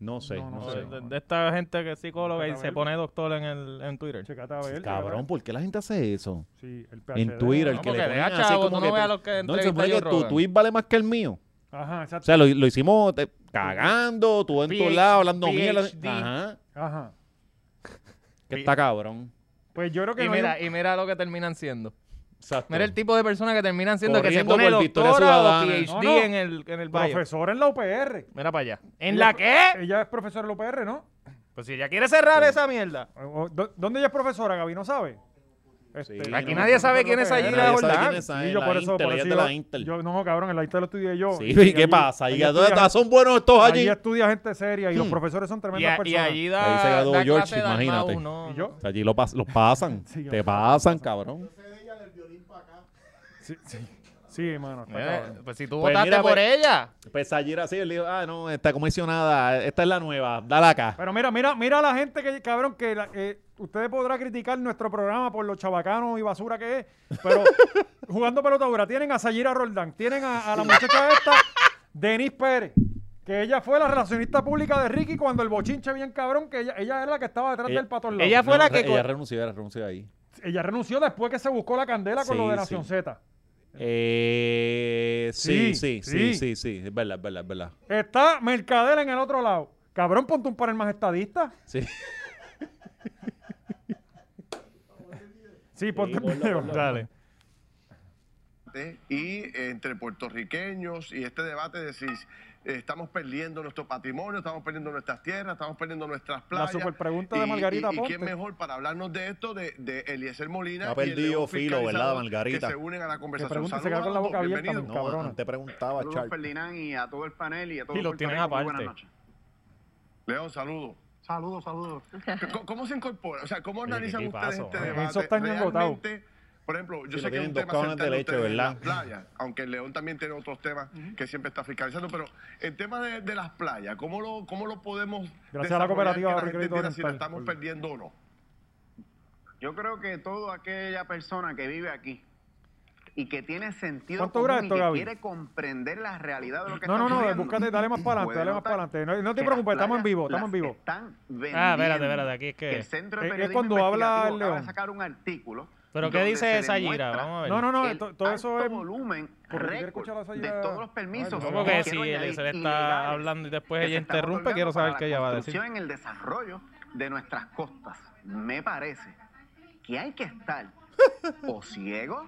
No sé.
No, no
o
sé.
de- De, de esta gente que es psicóloga y
Chécate a
se
ver.
pone doctor en, el, en Twitter.
Checate a ver, checate a ver.
Cabrón, ¿por qué la gente hace eso?
Sí, el PhD.
En Twitter, el
No,
que le
porque
ponen
deja,
así
chavo,
como
tú no
que
veas
te-
los que
No, se
entrevista
supone
Joe
que tu
Rogan.
tweet vale más que el mío.
Ajá,
O
exacto.
sea, lo, lo hicimos te- cagando, tú en todos
PhD.
lados hablando mierda. Ajá.
Ajá.
Que está cabrón.
Pues yo creo que
Y
no hay
mira,
un-
y mira lo que terminan siendo.
Exacto.
Mira el tipo de persona que terminan siendo que se
Corriendo
pone
por Victoria
doctora o
Ciudadana.
PhD
No, no.
en el, en el bio.
profesora en la UPR.
Mira para allá. ¿En
Ella-
la qué?
Ella es profesora en la UPR, ¿no?
Pues si ella quiere cerrar esa mierda.
O- o- ¿dó- ¿Dónde ella es profesora, Gaby? ¿No sabe? Este,
Aquí
no,
nadie sabe quién es
Nadie
allí,
sabe
Roldán.
quién es. Esa
Sí,
es
yo
la
por eso,
Intel,
por eso
ella es de
yo-
la Intel.
yo- no, cabrón, en la Intel lo estudié yo.
Sí, ¿y qué
allí-
pasa? Y
allí
a
estudia
todas
gente-
ah, son buenos estos
allí
allí.
estudia gente seria y los
Hmm.
profesores son
Y,
tremendas
a- y
personas.
allí da,
Ahí se graduó
da
George,
clase de Dalmau,
imagínate.
no.
¿Y yo?
O sea, allí lo pas- los pasan.
Sí, yo-
te pasan, cabrón.
Sí, sí. Sí, hermano, está
Eh,
cabrón.
pues si tú
Pues
votaste
mira,
por
pues-
ella.
Pues ayer así, él dijo, ah, no, está comisionada, esta es la nueva, dale acá.
Pero mira, mira, mira a la gente que, cabrón, que la- eh, ustedes podrán criticar nuestro programa por los chabacanos y basura que es, pero jugando pelota dura, tienen a Sayira Roldán, tienen a, a la muchacha esta, Denise Pérez, que ella fue la relacionista pública de Ricky cuando el bochinche bien cabrón, que ella, ella era la que estaba detrás
Ella-
del pato Lao.
Ella fue la que... co-
Eh, Ella renunció, ella renunció ahí.
Ella renunció después que se buscó la candela con
Sí,
lo de
sí.
Nación Z.
Eh, sí,
Sí,
sí, sí,
sí.
sí, sí, es verdad, es verdad, es verdad.
Está Mercader en el otro lado. Cabrón, ponte un panel más estadista.
Sí.
Sí, ponte un video. Dale.
y eh, entre puertorriqueños y este debate de si eh, estamos perdiendo nuestro patrimonio, estamos perdiendo nuestras tierras, estamos perdiendo nuestras playas.
superpregunta de
Y-
Margarita
y, y,
Ponte.
quién mejor para hablarnos de esto de, de Eliezer Molina
Ha
y el
perdido
León
filo, ¿verdad,
Fiscalizador,
Margarita?
que se unen a la conversación.
pregunta, se
Saludos
queda con la
a los
boca
dos,
abierta,
bienvenidos.
No, Cabrona. antes
te preguntaba,
Saludos Ferdinand y a todo el panel y a todo
Y los
Puerto
tienen
Rico. Muy
aparte.
Buenas noches. León, saludos. Saludos, saludos. ¿Cómo, cómo se incorpora? O sea, ¿cómo
qué
analizan ustedes
tipazo,
este
¿eh?
debate?
Eso está bien agotado.
Realmente, Por ejemplo, yo
Sí, lo
sé que es
tienen
un
dos
tema
cajones de
central de
leche,
ustedes en
¿verdad?
las playas, aunque el León también tiene otros temas que siempre está fiscalizando, pero el tema de, de las playas, ¿cómo lo, cómo lo podemos
Gracias a la
desarrollar
cooperativa
que la
Ahorro y
gente
Crédito
entienda si la
Oriental.
estamos perdiendo o no?
Yo creo que toda aquella persona que vive aquí y que tiene sentido
¿Cuánto
común
dura
y
esto,
que
Gaby?
quiere comprender la realidad de lo que
No, no,
está
no,
ocurriendo,
búscate, dale más para adelante,
puede
dale más
notar
para adelante. No, no te
que
preocupes,
las
estamos en vivo,
playas
estamos en vivo. Eh,
Están
Ah, espérate, espérate,
vendiendo.
aquí es
Que
que...
el Centro
Es-
de
es
Periodismo
cuando habla
Investigativo
el
acaba
León.
de sacar un artículo
¿Pero qué
donde se
dice esa gira?
demuestra
Vamos a ver.
No, no, no,
el
to- todo eso
alto
es.
volumen
porque quiero
récord
escuchar a
de
Sayira-
todos los permisos. que
No,
Ay, no, porque
porque
quiero
si
añadir,
él se le
ilegales,
está hablando Pues, y después
que
ella
se están
interrumpe,
otorgando
quiero
para
saber
la
qué ella va a decir.
construcción en el desarrollo de nuestras costas. Me parece que hay que estar o ciego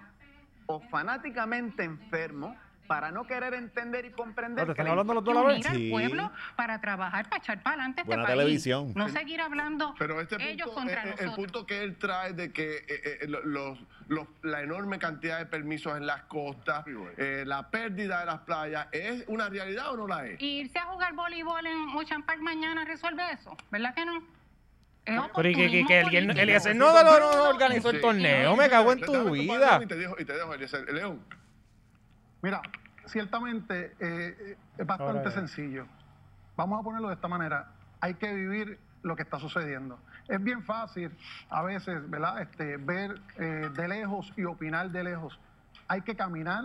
o fanáticamente enfermo para no querer entender y comprender.
Ah, ¿Te
que
están
la
hablando los dos a la vez?
al Sí. pueblo
para trabajar, para echar para adelante
Buena televisión.
seguir hablando
Pero este punto, eh, eh, el, punto que él trae de que eh, eh, lo- los, los- la enorme cantidad de permisos en las costas, eh, la pérdida de las playas, ¿es una realidad o no la es?
irse a jugar voleibol en Ocean Park mañana resuelve eso, ¿verdad que no?
Pero y que, que, que el, el, Eliezer no, no, no, no organizó el
Sí.
torneo, me cago en
Dame tu
tu
mano,
vida.
Y te dejo, y te dejo Eliezer. León.
Mira, ciertamente eh, es
Ahora
bastante
ya.
sencillo. Vamos a ponerlo de esta manera. Hay que vivir lo que está sucediendo. Es bien fácil a veces, ¿verdad? Este, ver eh, de lejos y opinar de lejos. Hay que caminar,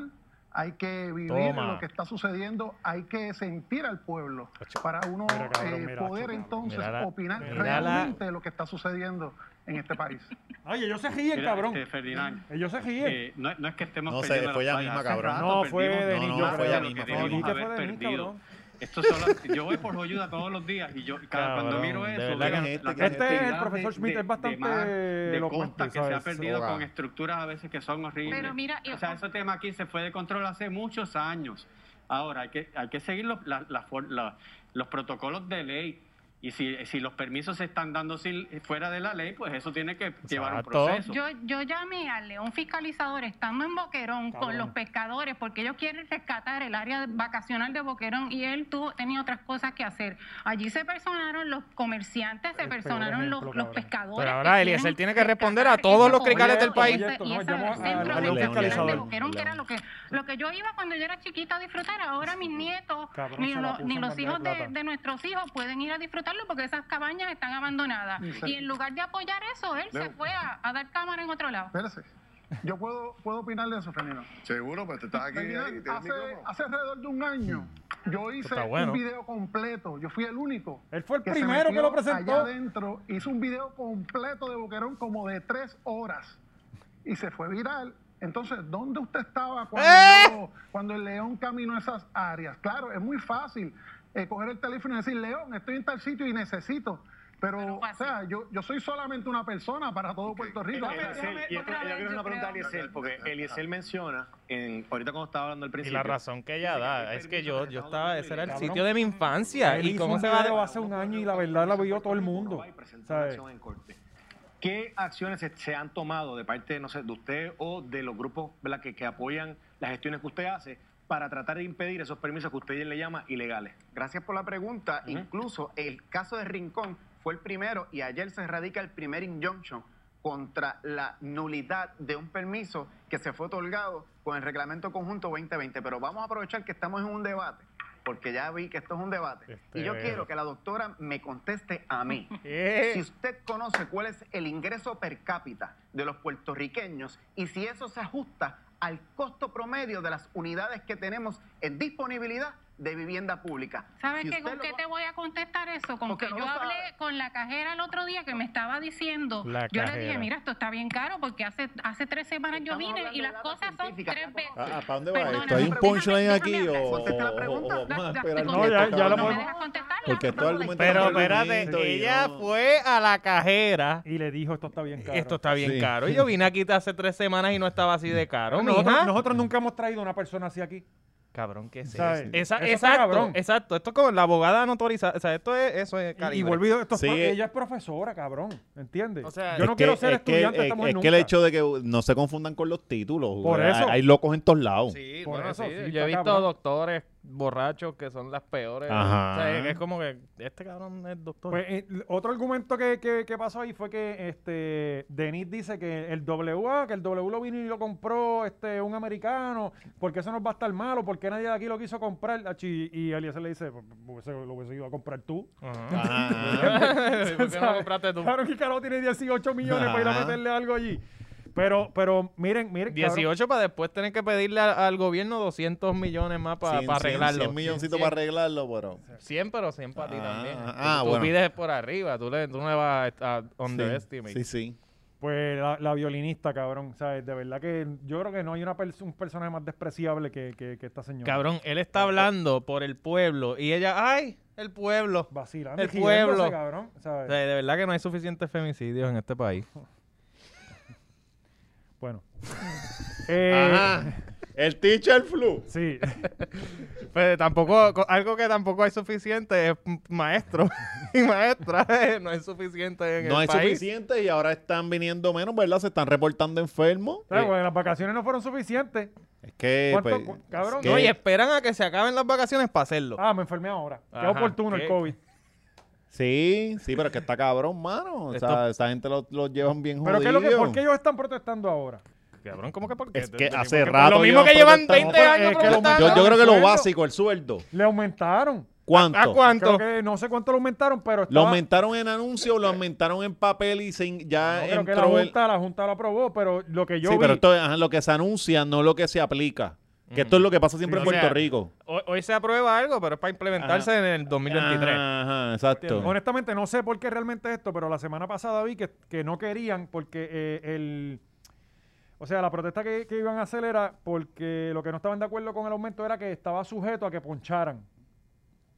hay que vivir
Toma.
lo que está sucediendo, hay que sentir al pueblo para uno
Mira, cabrón,
eh,
mira,
poder
cabrón.
entonces
Mira la-
opinar
mira la-
realmente de lo que está sucediendo. en este país.
Ay, ellos se ríen,
Mira,
cabrón.
este, Ferdinand,
ellos se ríen.
eh, no, no es que estemos
No sé,
perdiendo
fue
las
ella misma,
playas.
cabrón.
Hace
ah,
No,
rato
fue
perdimos
Denis,
más
yo creo.
de lo
Fue ella
que
misma,
debimos
fue
haber
Denis,
perdido.
cabrón.
Esto solo- yo voy por joyuda todos los días y yo cada- cuando
Cabrón,
miro
de
eso, veo
verdad que
la
este-
cantidad
este es el
de-
profesor Schmidt,
de-
es bastante
de, mar, de
elocuente,
costas que se ha
¿sabes?
perdido
Ahogado.
con estructuras a veces que son horribles.
Pero mira, y-
o sea, ese tema aquí se fue de control hace muchos años. Ahora hay que hay que seguir los, la- la for- la- los protocolos de ley. Y si, si los permisos se están dando sin- fuera de la ley, pues eso tiene que llevar un
Exacto.
proceso.
Yo, yo llamé a León Fiscalizador estando en Boquerón
Cabrón.
con los pescadores porque ellos quieren rescatar el área vacacional de Boquerón y él tuvo, tenía otras cosas que hacer. Allí se personaron los comerciantes, se personaron los, los pescadores.
Pero
que
ahora
quieren
Eliezer tiene que responder a todos los cricales del país.
Oye, esto, no, llamó al- al
León
León
Fiscalizador.
de Boquerón, que era lo que, lo que yo iba cuando yo era chiquita a disfrutar. Ahora mis nietos,
Cabrón,
ni,
se la
lo-
puso
ni
en
los
bandeja de
hijos de,
plata.
de nuestros hijos pueden ir a disfrutarlo porque esas cabañas están abandonadas.
Exacto.
Y en lugar de apoyar eso, él se
Leo.
fue a, a dar cámara en otro lado.
Espérese. Yo puedo, puedo opinar de eso, Fernando.
Seguro, pero te estás aquí.
Ferdinand,
ahí, tienes
hace,
micrófono.
hace alrededor de un año yo hice
está bueno.
un video completo. Yo fui el único.
Él fue el
se
primero que
metió
lo presentó.
Allá adentro hizo un video completo de Boquerón como de tres horas y se fue viral. Entonces, ¿dónde usted estaba cuando, yo- cuando el león caminó esas áreas? Claro, es muy fácil eh, coger el teléfono y decir, león, estoy en tal sitio y necesito. Pero, o sea, yo, yo soy solamente una persona para todo Puerto Rico.
Déjame- déjame- y esto- yo quiero hacer una pregunta a Eliezer, porque Eliezer menciona, en, ahorita cuando estaba hablando al
Y
principio.
la razón que ella da es que yo, yo estaba, ese era el
Cabrón.
sitio de mi infancia.
Él
¿Y
hizo
cómo
un
se va
video
a
hace un año y la verdad la vio todo el mundo. ¿sabes?
acción en corte. ¿Qué acciones se, se han tomado de parte, no sé, de usted o de los grupos ¿verdad? Que, que apoyan las gestiones que usted hace para tratar de impedir esos permisos que usted le llama ilegales?
Gracias por la pregunta. Incluso el caso de Rincón fue el primero y ayer se radica el primer injunction contra la nulidad de un permiso que se fue otorgado con el reglamento conjunto 2020. Pero vamos a aprovechar que estamos en un debate, porque ya vi que esto es un debate. y yo
veo.
quiero que la doctora me conteste a mí.
¿Qué?
Si usted conoce cuál es el ingreso per cápita de los puertorriqueños y si eso se ajusta al costo promedio de las unidades que tenemos en disponibilidad de vivienda pública.
¿Sabes
Si
qué?
usted
¿Con
lo-
qué te voy a contestar eso? Con
Porque
que
no
yo
lo
hablé con la cajera el otro día que me estaba diciendo.
La
yo le
cajera.
dije, mira, esto está bien caro porque hace hace tres semanas yo vine y las cosas son tres veces.
Ah, ¿Para dónde va
Perdóname,
esto? ¿Hay un punchline aquí o,
la
o- o vamos a
La- la-
esperar?
no,
que
ya- ya
esto
la
acabe?
podemos-
Porque esto argumenta
Pero
mucho
espérate,
argumento y
ella
no-
fue a la cajera.
Y le dijo, esto está bien caro.
Esto está bien
Sí.
caro. Y yo vine aquí hace tres semanas y no estaba así de caro, mija.
Nosotros, nosotros nunca hemos traído una persona así aquí.
Cabrón, ¿qué es
¿Sabes?
eso? Esa-
Eso está
exacto,
cabrón.
exacto. Esto es como la abogada no autorizada. O sea, esto es, eso es
Y
calibre.
volvido, esto es
Sí,
pro-
eh.
ella es profesora, cabrón. ¿Entiendes?
sea,
yo no
Es que-
quiero ser
es que-
estudiante,
es-
estamos
es,
en
que el hecho de que no se confundan con los títulos.
Por
Hay-
eso.
Hay locos en todos lados.
Sí,
Por
bueno,
eso,
sí.
sí,
Yo he
está
visto
cabrón.
doctores borrachos que son las peores.
Ajá.
O sea, que es como que este cabrón es doctor.
Pues eh, l- otro argumento que, que- que pasó ahí fue que este Denis dice que el WA, que el W lo vino y lo compró este un americano, porque eso nos va a estar malo, porque nadie de aquí lo quiso comprar. Achi, Y Eliezer le dice, pues hubiese- lo hubiese ido a comprar tú.
Ah,
Ajá. ¿Y por qué no lo compraste tú?
Claro que Caro tiene 18 millones para ir a
Ajá.
meterle algo allí. Pero, pero miren, miren. cabrón.
18 para después tener que pedirle a- al gobierno 200 millones más para
Cien, cien,
arreglarlo.
cien milloncitos para arreglarlo, pero.
100, pero 100 para ti
Ah,
también.
ah,
tú
bueno.
pides por arriba, tú, le, tú no le vas a, a underestimate.
Sí, sí.
Pues la, la violinista, cabrón, ¿sabes? De verdad que yo creo que no hay una pers- un personaje más despreciable que, que, que esta señora.
Cabrón, él está hablando por el pueblo y ella, ay, el pueblo.
Vacilando,
el
riéndose,
pueblo.
cabrón, ¿sabes?
O sea, de verdad que no hay suficientes femicidios en este país.
Bueno. Eh,
Ajá.
El teacher flu.
Sí.
Pero Pues, tampoco, co- algo que tampoco hay suficiente es m- maestro y maestra. eh, No hay suficiente en
No
el
hay
país.
suficiente y ahora están viniendo menos, ¿verdad? Se están reportando enfermos.
¿Sabes? Porque las vacaciones no fueron suficientes.
Es que,
¿Cuánto-
pues,
cu- cabrón?
que-
No, y esperan a que se acaben las vacaciones para hacerlo.
Ah, me enfermé ahora. Qué
Ajá,
oportuno
¿qué?
el COVID.
Sí, sí, pero es que está cabrón, mano. O sea,
Esto-
esa gente lo, lo llevan bien
Pero ¿qué es
jodido.
lo que, ¿por qué ellos están protestando ahora?
Cabrón, ¿cómo que por
Es que
Te-
hace
porque-
rato.
Lo mismo que
llevan
llevan 20 años protestando.
yo, yo creo que lo
Sueldo.
básico, el sueldo.
Le aumentaron.
¿Cuánto?
¿A cuánto?
Creo que no sé cuánto lo aumentaron, pero
¿Lo
estaba,
aumentaron en anuncio lo aumentaron en papel y se in- ya
creo que la
entró el.
junta, la junta lo aprobó, pero lo que yo
sí,
vi...
pero esto es ajá, lo que se anuncia, no lo que se aplica. Que esto es lo que pasa
Sí,
siempre en
o
Puerto
sea,
Rico.
Hoy, hoy se aprueba algo, pero es para implementarse
Ajá.
en el 2023.
Ajá, exacto.
Entiendo. Honestamente, no sé por qué realmente esto, pero la semana pasada vi que, que no querían porque eh, el... O sea, la protesta que, que iban a hacer era porque lo que no estaban de acuerdo con el aumento era que estaba sujeto a que poncharan.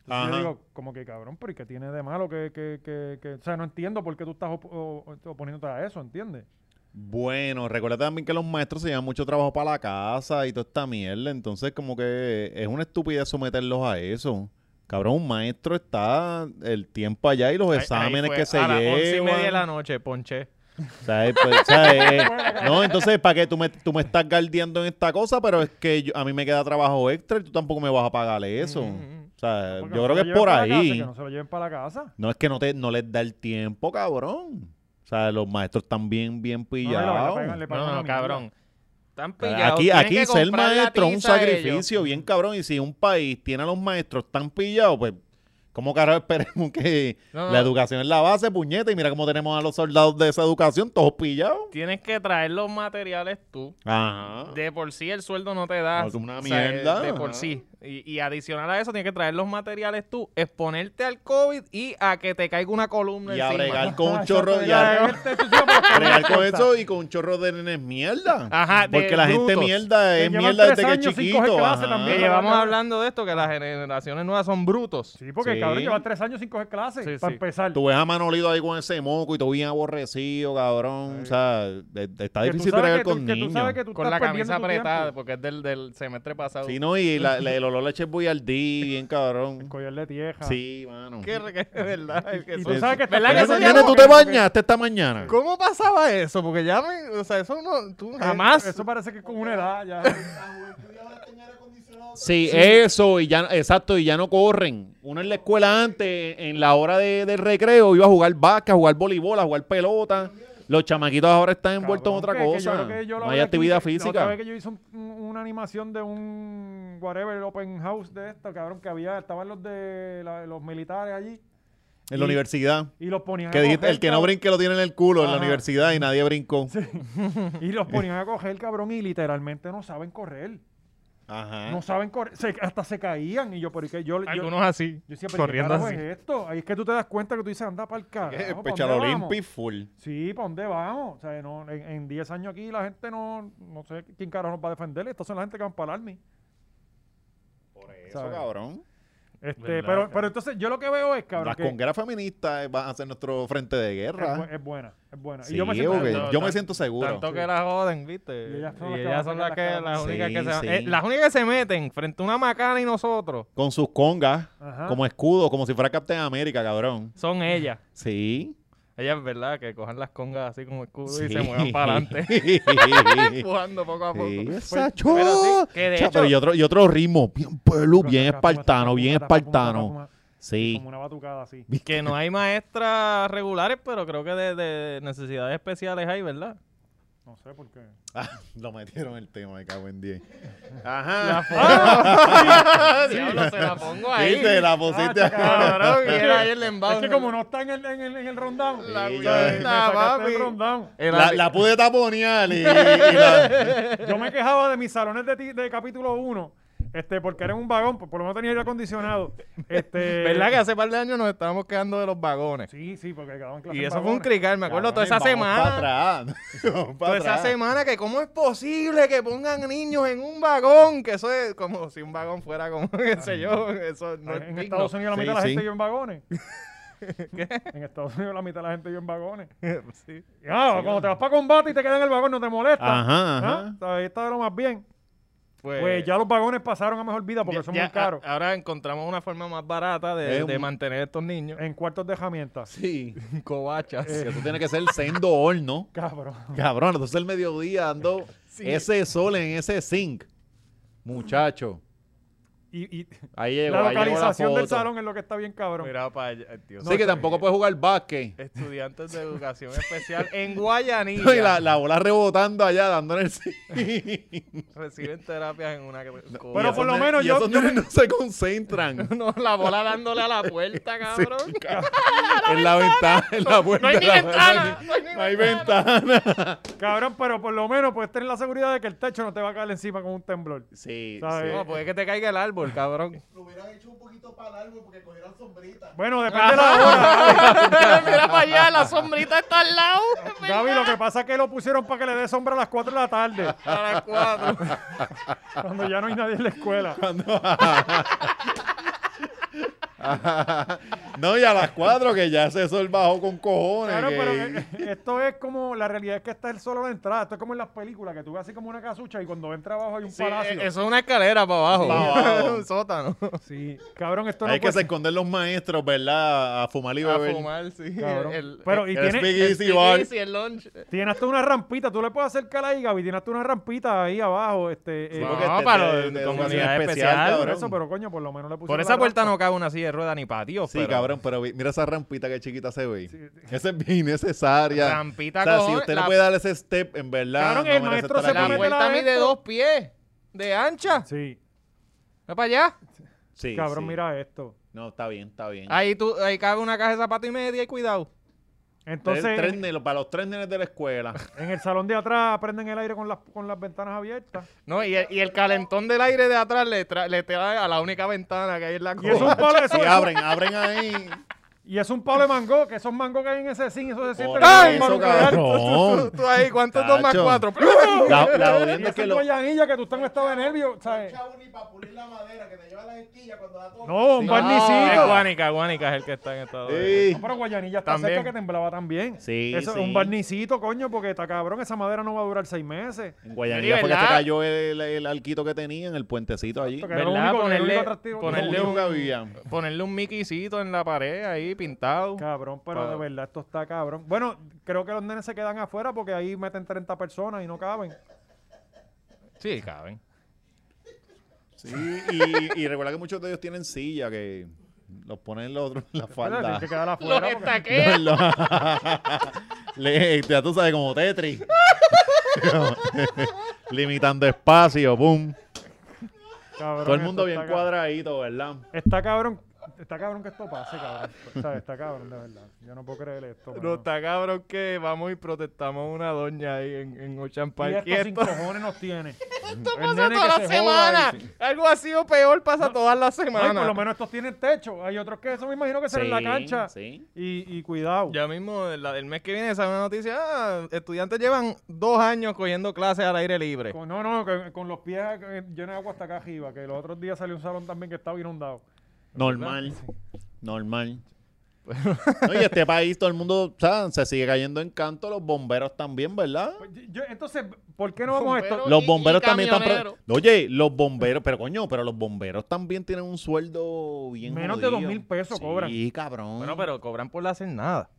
Entonces
Ajá.
yo digo, como que cabrón, pero ¿y qué tiene de malo? Que, que, que, que- O sea, no entiendo por qué tú estás op- o- o- oponiéndote a eso, ¿entiendes?
Bueno, recuerda también que los maestros se llevan mucho trabajo para la casa y toda esta mierda. Entonces, como que es una estupidez someterlos a eso. Cabrón, un maestro está el tiempo allá y los
Ahí- ahí
exámenes
fue,
que se
a las once y media de
llevan.
la noche, ponche.
O sea, es- pues, o sea, es- no, entonces, ¿para qué tú me, tú me estás galdeando en esta cosa? Pero es que yo- a mí me queda trabajo extra y tú tampoco me vas a pagarle eso. O sea,
Porque
yo
no se lo
creo que es
lleven
por
para la casa,
ahí.
que no se lo lleven para la casa.
No es que no, te, no les da el tiempo, cabrón. O sea, los maestros están bien, bien
le
pillados.
pagan- le pagan No, no, una mierda. cabrón. Están pillados.
Aquí,
tienen
aquí
que
ser
comprar la
maestro es un
tiza de
sacrificio bien cabrón. Y si un país tiene a los maestros tan pillados, pues, ¿cómo carajo esperemos que
No, no.
la educación es la base, puñeta? Y mira cómo tenemos a los soldados de esa educación, todos pillados.
ellos. Tienes que traer los materiales tú.
Ajá.
De por sí el sueldo no te da.
No, es una
o sea,
mierda.
de por
Ajá.
sí. Y, y adicional a eso, tienes que traer los materiales tú, exponerte al COVID y a que te caiga una columna
Y a
encima.
bregar con un chorro y a- bregar con eso y con un chorro de nenes mierda.
Ajá, de
Porque la gente
brutos.
mierda
Que
es
llevan
mierda
tres
desde que es
años sin
chiquito.
coger clase
Ah,
ajá.
también. Que llevamos hablando de esto, que las generaciones nuevas son brutos.
Sí, porque
Sí.
cabrón lleva tres años sin coger clases
Sí,
para
sí.
empezar.
Tú ves a Manolito ahí con ese moco y todo bien aborrecido, cabrón. O sea, e- está
Que tú
difícil
sabes
bregar
que tú-
con
que tú
niños.
sabes que tú Con estás la camisa perdiendo tu apretada, tiempo. porque es del, del semestre pasado.
Sí, no, y la- la- el olor a Chef Boyardee, bien cabrón. El
collar de tieja.
Sí, mano.
Qué re- que es verdad. es que
Sí,
son-
sí.
¿Verdad que
Nene,
eso
nene,
ya-
tú te bañaste esta mañana.
¿Cómo pasaba eso? Porque ya me- O sea, eso no... Tú jamás...
eh, Eso parece que es con una edad ya.
Sí, eso, y ya, exacto, y ya no corren. Uno en la escuela antes, en la hora de, del recreo, iba a jugar vasca, a jugar voleibol, a jugar pelota. Los chamaquitos ahora están envueltos en otra
Que- que yo
cosa.
creo que yo lo
no hay
hablé aquí,
actividad
que La otra
física.
vez que yo hice un- un- una animación de un whatever open house de esto, cabrón, que había, estaban los de la- los militares allí.
En la
Y-
universidad.
Y los ponían
Que
a
dijiste,
coger,
el que no
cabrón.
brinque lo tiene en el culo en la
Ajá.
universidad y nadie brincó.
Y los ponían a coger, cabrón, y literalmente no saben correr.
Ajá.
No saben correr. Se- hasta se caían. Y yo, pero ¿y qué? yo, yo-
Algunos así,
Yo decía, ¿pero ¿qué
corriendo
carajo
así.
es esto? Ahí es que tú te das cuenta que tú dices, anda para el
Eh,
carajo. ¿pa'
Pechal
dónde
Olympic
vamos?
full.
Sí, ¿para dónde vamos? O sea, no, en en 10 años aquí la gente no, no sé quién carajo nos va a defender. Estas son la gente que van para el Army.
Eso,
Pues, ¿Sabes?
cabrón.
Este, pero, pero entonces yo lo que veo es, cabrón,
Las
que Eh, pues,
congueras feministas eh, van a ser nuestro frente de
es, bu-
guerra.
es buena, es buena.
Sí, porque yo me siento seguro.
Tanto que la joden, ¿viste?
Y ellas son
Y
las que
ellas
van a
son
sacar
las
las
que- las
caras.
únicas que
Sí,
se van-
sí.
eh, las únicas que se meten frente a una macana y nosotros
Con sus congas,
Ajá.
como escudo, como si fuera Captain América, cabrón.
son ellas.
Sí.
Ellas, es verdad, que cojan las congas así como escudo y
Sí.
se muevan para adelante. Empujando poco a poco.
Sí,
Pues, pero
esa
sí,
chota.
que de
Cha,
hecho,
pero y otro, y otro ritmo, bien pelu, bien espartano, bien espartano. Sí.
como una batucada así.
que no hay maestras regulares, pero creo que de, de necesidades especiales hay, ¿verdad?
No sé por qué.
Ah, lo metieron el tema, me cago en 10.
La
Ajá.
pongo. Ah, diablo, se la pongo ahí.
Viste, la pusiste.
Ah, cabrón, y era ahí el
Es
embalse.
que como no está en el, en el, en el rundown,
La
me
cuenta,
sacaste
papi.
el rundown.
La, la pude taponear y, y la-
Yo me quejaba de mis salones de, ti- de capítulo 1, este, porque era en un vagón, por, por lo menos tenía aire acondicionado. Este,
¿Verdad que hace par de años nos estábamos quedando de los vagones?
Sí, sí, porque quedaban clases
Y
en
eso fue un
vagones.
crical, me acuerdo toda esa
Vamos
semana.
pa' atrás. Vamos pa'
Toda esa
atrás.
semana que cómo es posible que pongan niños en un vagón, que eso es como si un vagón fuera como, qué sé yo, eso no es
en
digno.
Estados Unidos la mitad de la
Sí,
gente
sí.
vive en vagones. En Estados Unidos la mitad de la gente vive en vagones.
Sí.
Ya,
Sí,
cuando te vas para combate y te quedas en el vagón no te molesta.
Ajá, ajá.
¿Ah? Ahí está de lo más bien.
Pues,
Pues, ya los vagones pasaron a mejor vida porque
ya-
son
ya ah,
muy caros.
a- ahora encontramos una forma más barata
Es
de,
un-
de mantener estos niños.
En cuartos de herramientas.
Sí.
Eh. Cobachas.
Sí, Eso tiene que ser sendo horno.
Cabrón.
Cabrón, entonces el mediodía ando ese sol en ese zinc. Muchacho.
Y, y
Ahí llegó,
la
ahí llegó la
localización del
foto.
salón es lo que está bien cabrón.
Mira para allá, tío.
Sí, que tampoco puede jugar básquet.
Eh, Estudiantes de educación especial en Guayaní.
Y la, la bola rebotando allá, dándole el
Reciben terapias en una Pero
Y esos ne- y esos nenes no se concentran.
No, la bola dándole a la puerta, cabrón.
en la ventana, en la puerta.
No hay ni
de la-
ventana,
no hay- no hay ventana.
Cabrón, pero por lo menos puedes tener la seguridad de que el techo no te va a caer encima con un temblor.
Sí,
¿Sabes?
No, pues es que te caiga el árbol, cabrón.
Lo hubieran hecho un poquito para largo porque cogieran sombrita.
Bueno, depende de la hora.
Mira para allá, la sombrita está al lado.
Gaby, lo que pasa es que lo pusieron para que le dé sombra a las 4 de la tarde.
A las 4.
Cuando ya no hay nadie en la escuela.
no, y a las cuatro que ya se sol bajó con cojones.
Claro,
que-
pero eh, esto es como la realidad es que está el solo a la entrada. Esto es como en las películas, que tú ves así como una casucha y cuando entra abajo hay un
Sí,
palacio.
eh, eso es una escalera para abajo.
Para abajo.
un sótano.
Sí, cabrón, esto no
Hay que
puede-
se esconden los maestros, ¿verdad? A fumar y
A
beber.
fumar, sí.
Cabrón.
El-
pero y
el
tiene,
Speakeasy Bar.
Easy, el lunch.
tiene hasta una rampita. Tú le puedes acercar ahí, Gaby. Tiene hasta una rampita ahí abajo. Este, eh,
No,
porque este-
para
de-
los-
de
comunidad
educación
especial,
por
cabrón.
eso, pero coño, por lo menos le pusieron
Por
la
esa puerta
rampa.
no cabe una silla de rueda ni patio.
Sí,
pero-
cabrón, pero vi- mira esa rampita que chiquita se ve. Esa es bien necesaria.
Rampita,
O sea, si
cojones,
usted no
la-
puede darle ese step, en verdad.
Cabrón,
no
el
merece
maestro
estar
se
aquí.
pone La puerta mide
esto.
dos pies de ancha.
Sí.
Va para allá.
Sí,
Cabrón,
sí.
mira esto.
No, está bien, está bien.
Ahí, tú, ahí cabe una caja de zapatos y media y cuidado.
Tres-
Entonces,
tres nenes, para los tres nenes de la escuela.
en el salón de atrás prenden el aire con las, con las ventanas abiertas.
No, y el, y el calentón del aire de atrás le, tra- le trae a la única ventana que hay en la
Y es un palo eso
Sí,
es-
abren, abren ahí.
Y es un palo de mango, que esos mangos que hay en ese zinc, eso se siente
Por
como
eso,
un nuclear.
cabrón.
Tú ahí, ¿cuántos dos más
Tacho.
cuatro?
La, la
Y
jodienda
esa
es que lo-
guayanilla que tú estás en estado de nervio, ¿sabes? No, un
Sí.
barnicito.
Es
Ah,
Guánica, Guánica es el que está en estado de-
No, pero Guayanilla está
También.
cerca que temblaba también.
Sí,
Eso
sí.
es un barnicito, coño, porque está cabrón, esa madera no va a durar seis meses.
En Guayanilla fue que se cayó el, el arquito que tenía en el puentecito allí.
que era lo único- era lo único atractivo.
ponerle,
Lo
único que
un,
había.
ponerle un miquisito en la pared ahí pintado.
Cabrón, pero
Pa-
de verdad esto está cabrón. Bueno, creo que los nenes se quedan afuera porque ahí meten 30 personas y no caben.
Sí, caben.
Sí, y, y recuerda que muchos de ellos tienen silla que los ponen en, los otros- en la falda.
tienen que quedar afuera Los porque- estaquean.
Los- los- Le- ya tú sabes, como Tetris. Limitando espacio, boom.
Cabrón,
Todo el
esto
mundo bien
está ca-
cuadradito, ¿verdad?
Está cabrón, está cabrón que esto pase, cabrón. O sea, está cabrón, de verdad. Yo no puedo creer esto.
No,
mano.
está cabrón que vamos y protestamos a una doña ahí en, en Ocean Park.
Y esto sin cojones nos tiene. Esto
pasa toda la semana. Algo así o peor pasa todas las semanas.
por lo menos estos tienen techo. Hay otros que eso me imagino que será en la cancha. Y, y cuidado.
Ya mismo, el, el mes que viene, sale una noticia. ah, estudiantes llevan dos años cogiendo clases al aire libre.
Con- no, no, que- con, los pies eh, llenos de agua hasta acá arriba. Que los otros días salió un salón también que estaba inundado.
Normal. Normal. Oye, este país, todo el mundo, o sea, se sigue cayendo en canto, los bomberos también, ¿verdad?
Pues, Yo- entonces, ¿por qué no vamos a esto?
Los bomberos también están... pro- Oye, los bomberos, pero coño, pero los bomberos también tienen un sueldo bien
Menos de
jodido.
dos mil pesos
Sí,
cobran.
cabrón.
Bueno, pero cobran por la hacer nada.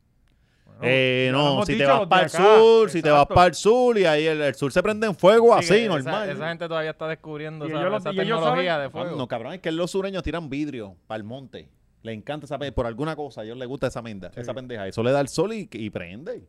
Eh,
ya lo
no,
hemos
si te
dicho,
vas
los de
para el
acá,
sur, si te vas
exacto.
para el sur y ahí el, el sur se prende en fuego
Sí,
así,
que
Ah, normal.
Esa, esa gente todavía está descubriendo
Y
esa,
ellos lo-
esa
y ellos
tecnología
saben-
de
Ah,
fuego.
No, cabrón, es que los sureños tiran vidrio para el monte. Le encanta esa pendeja. Por alguna cosa, a ellos les gusta esa, menda, esa pendeja. Eso le da el sol y, y prende.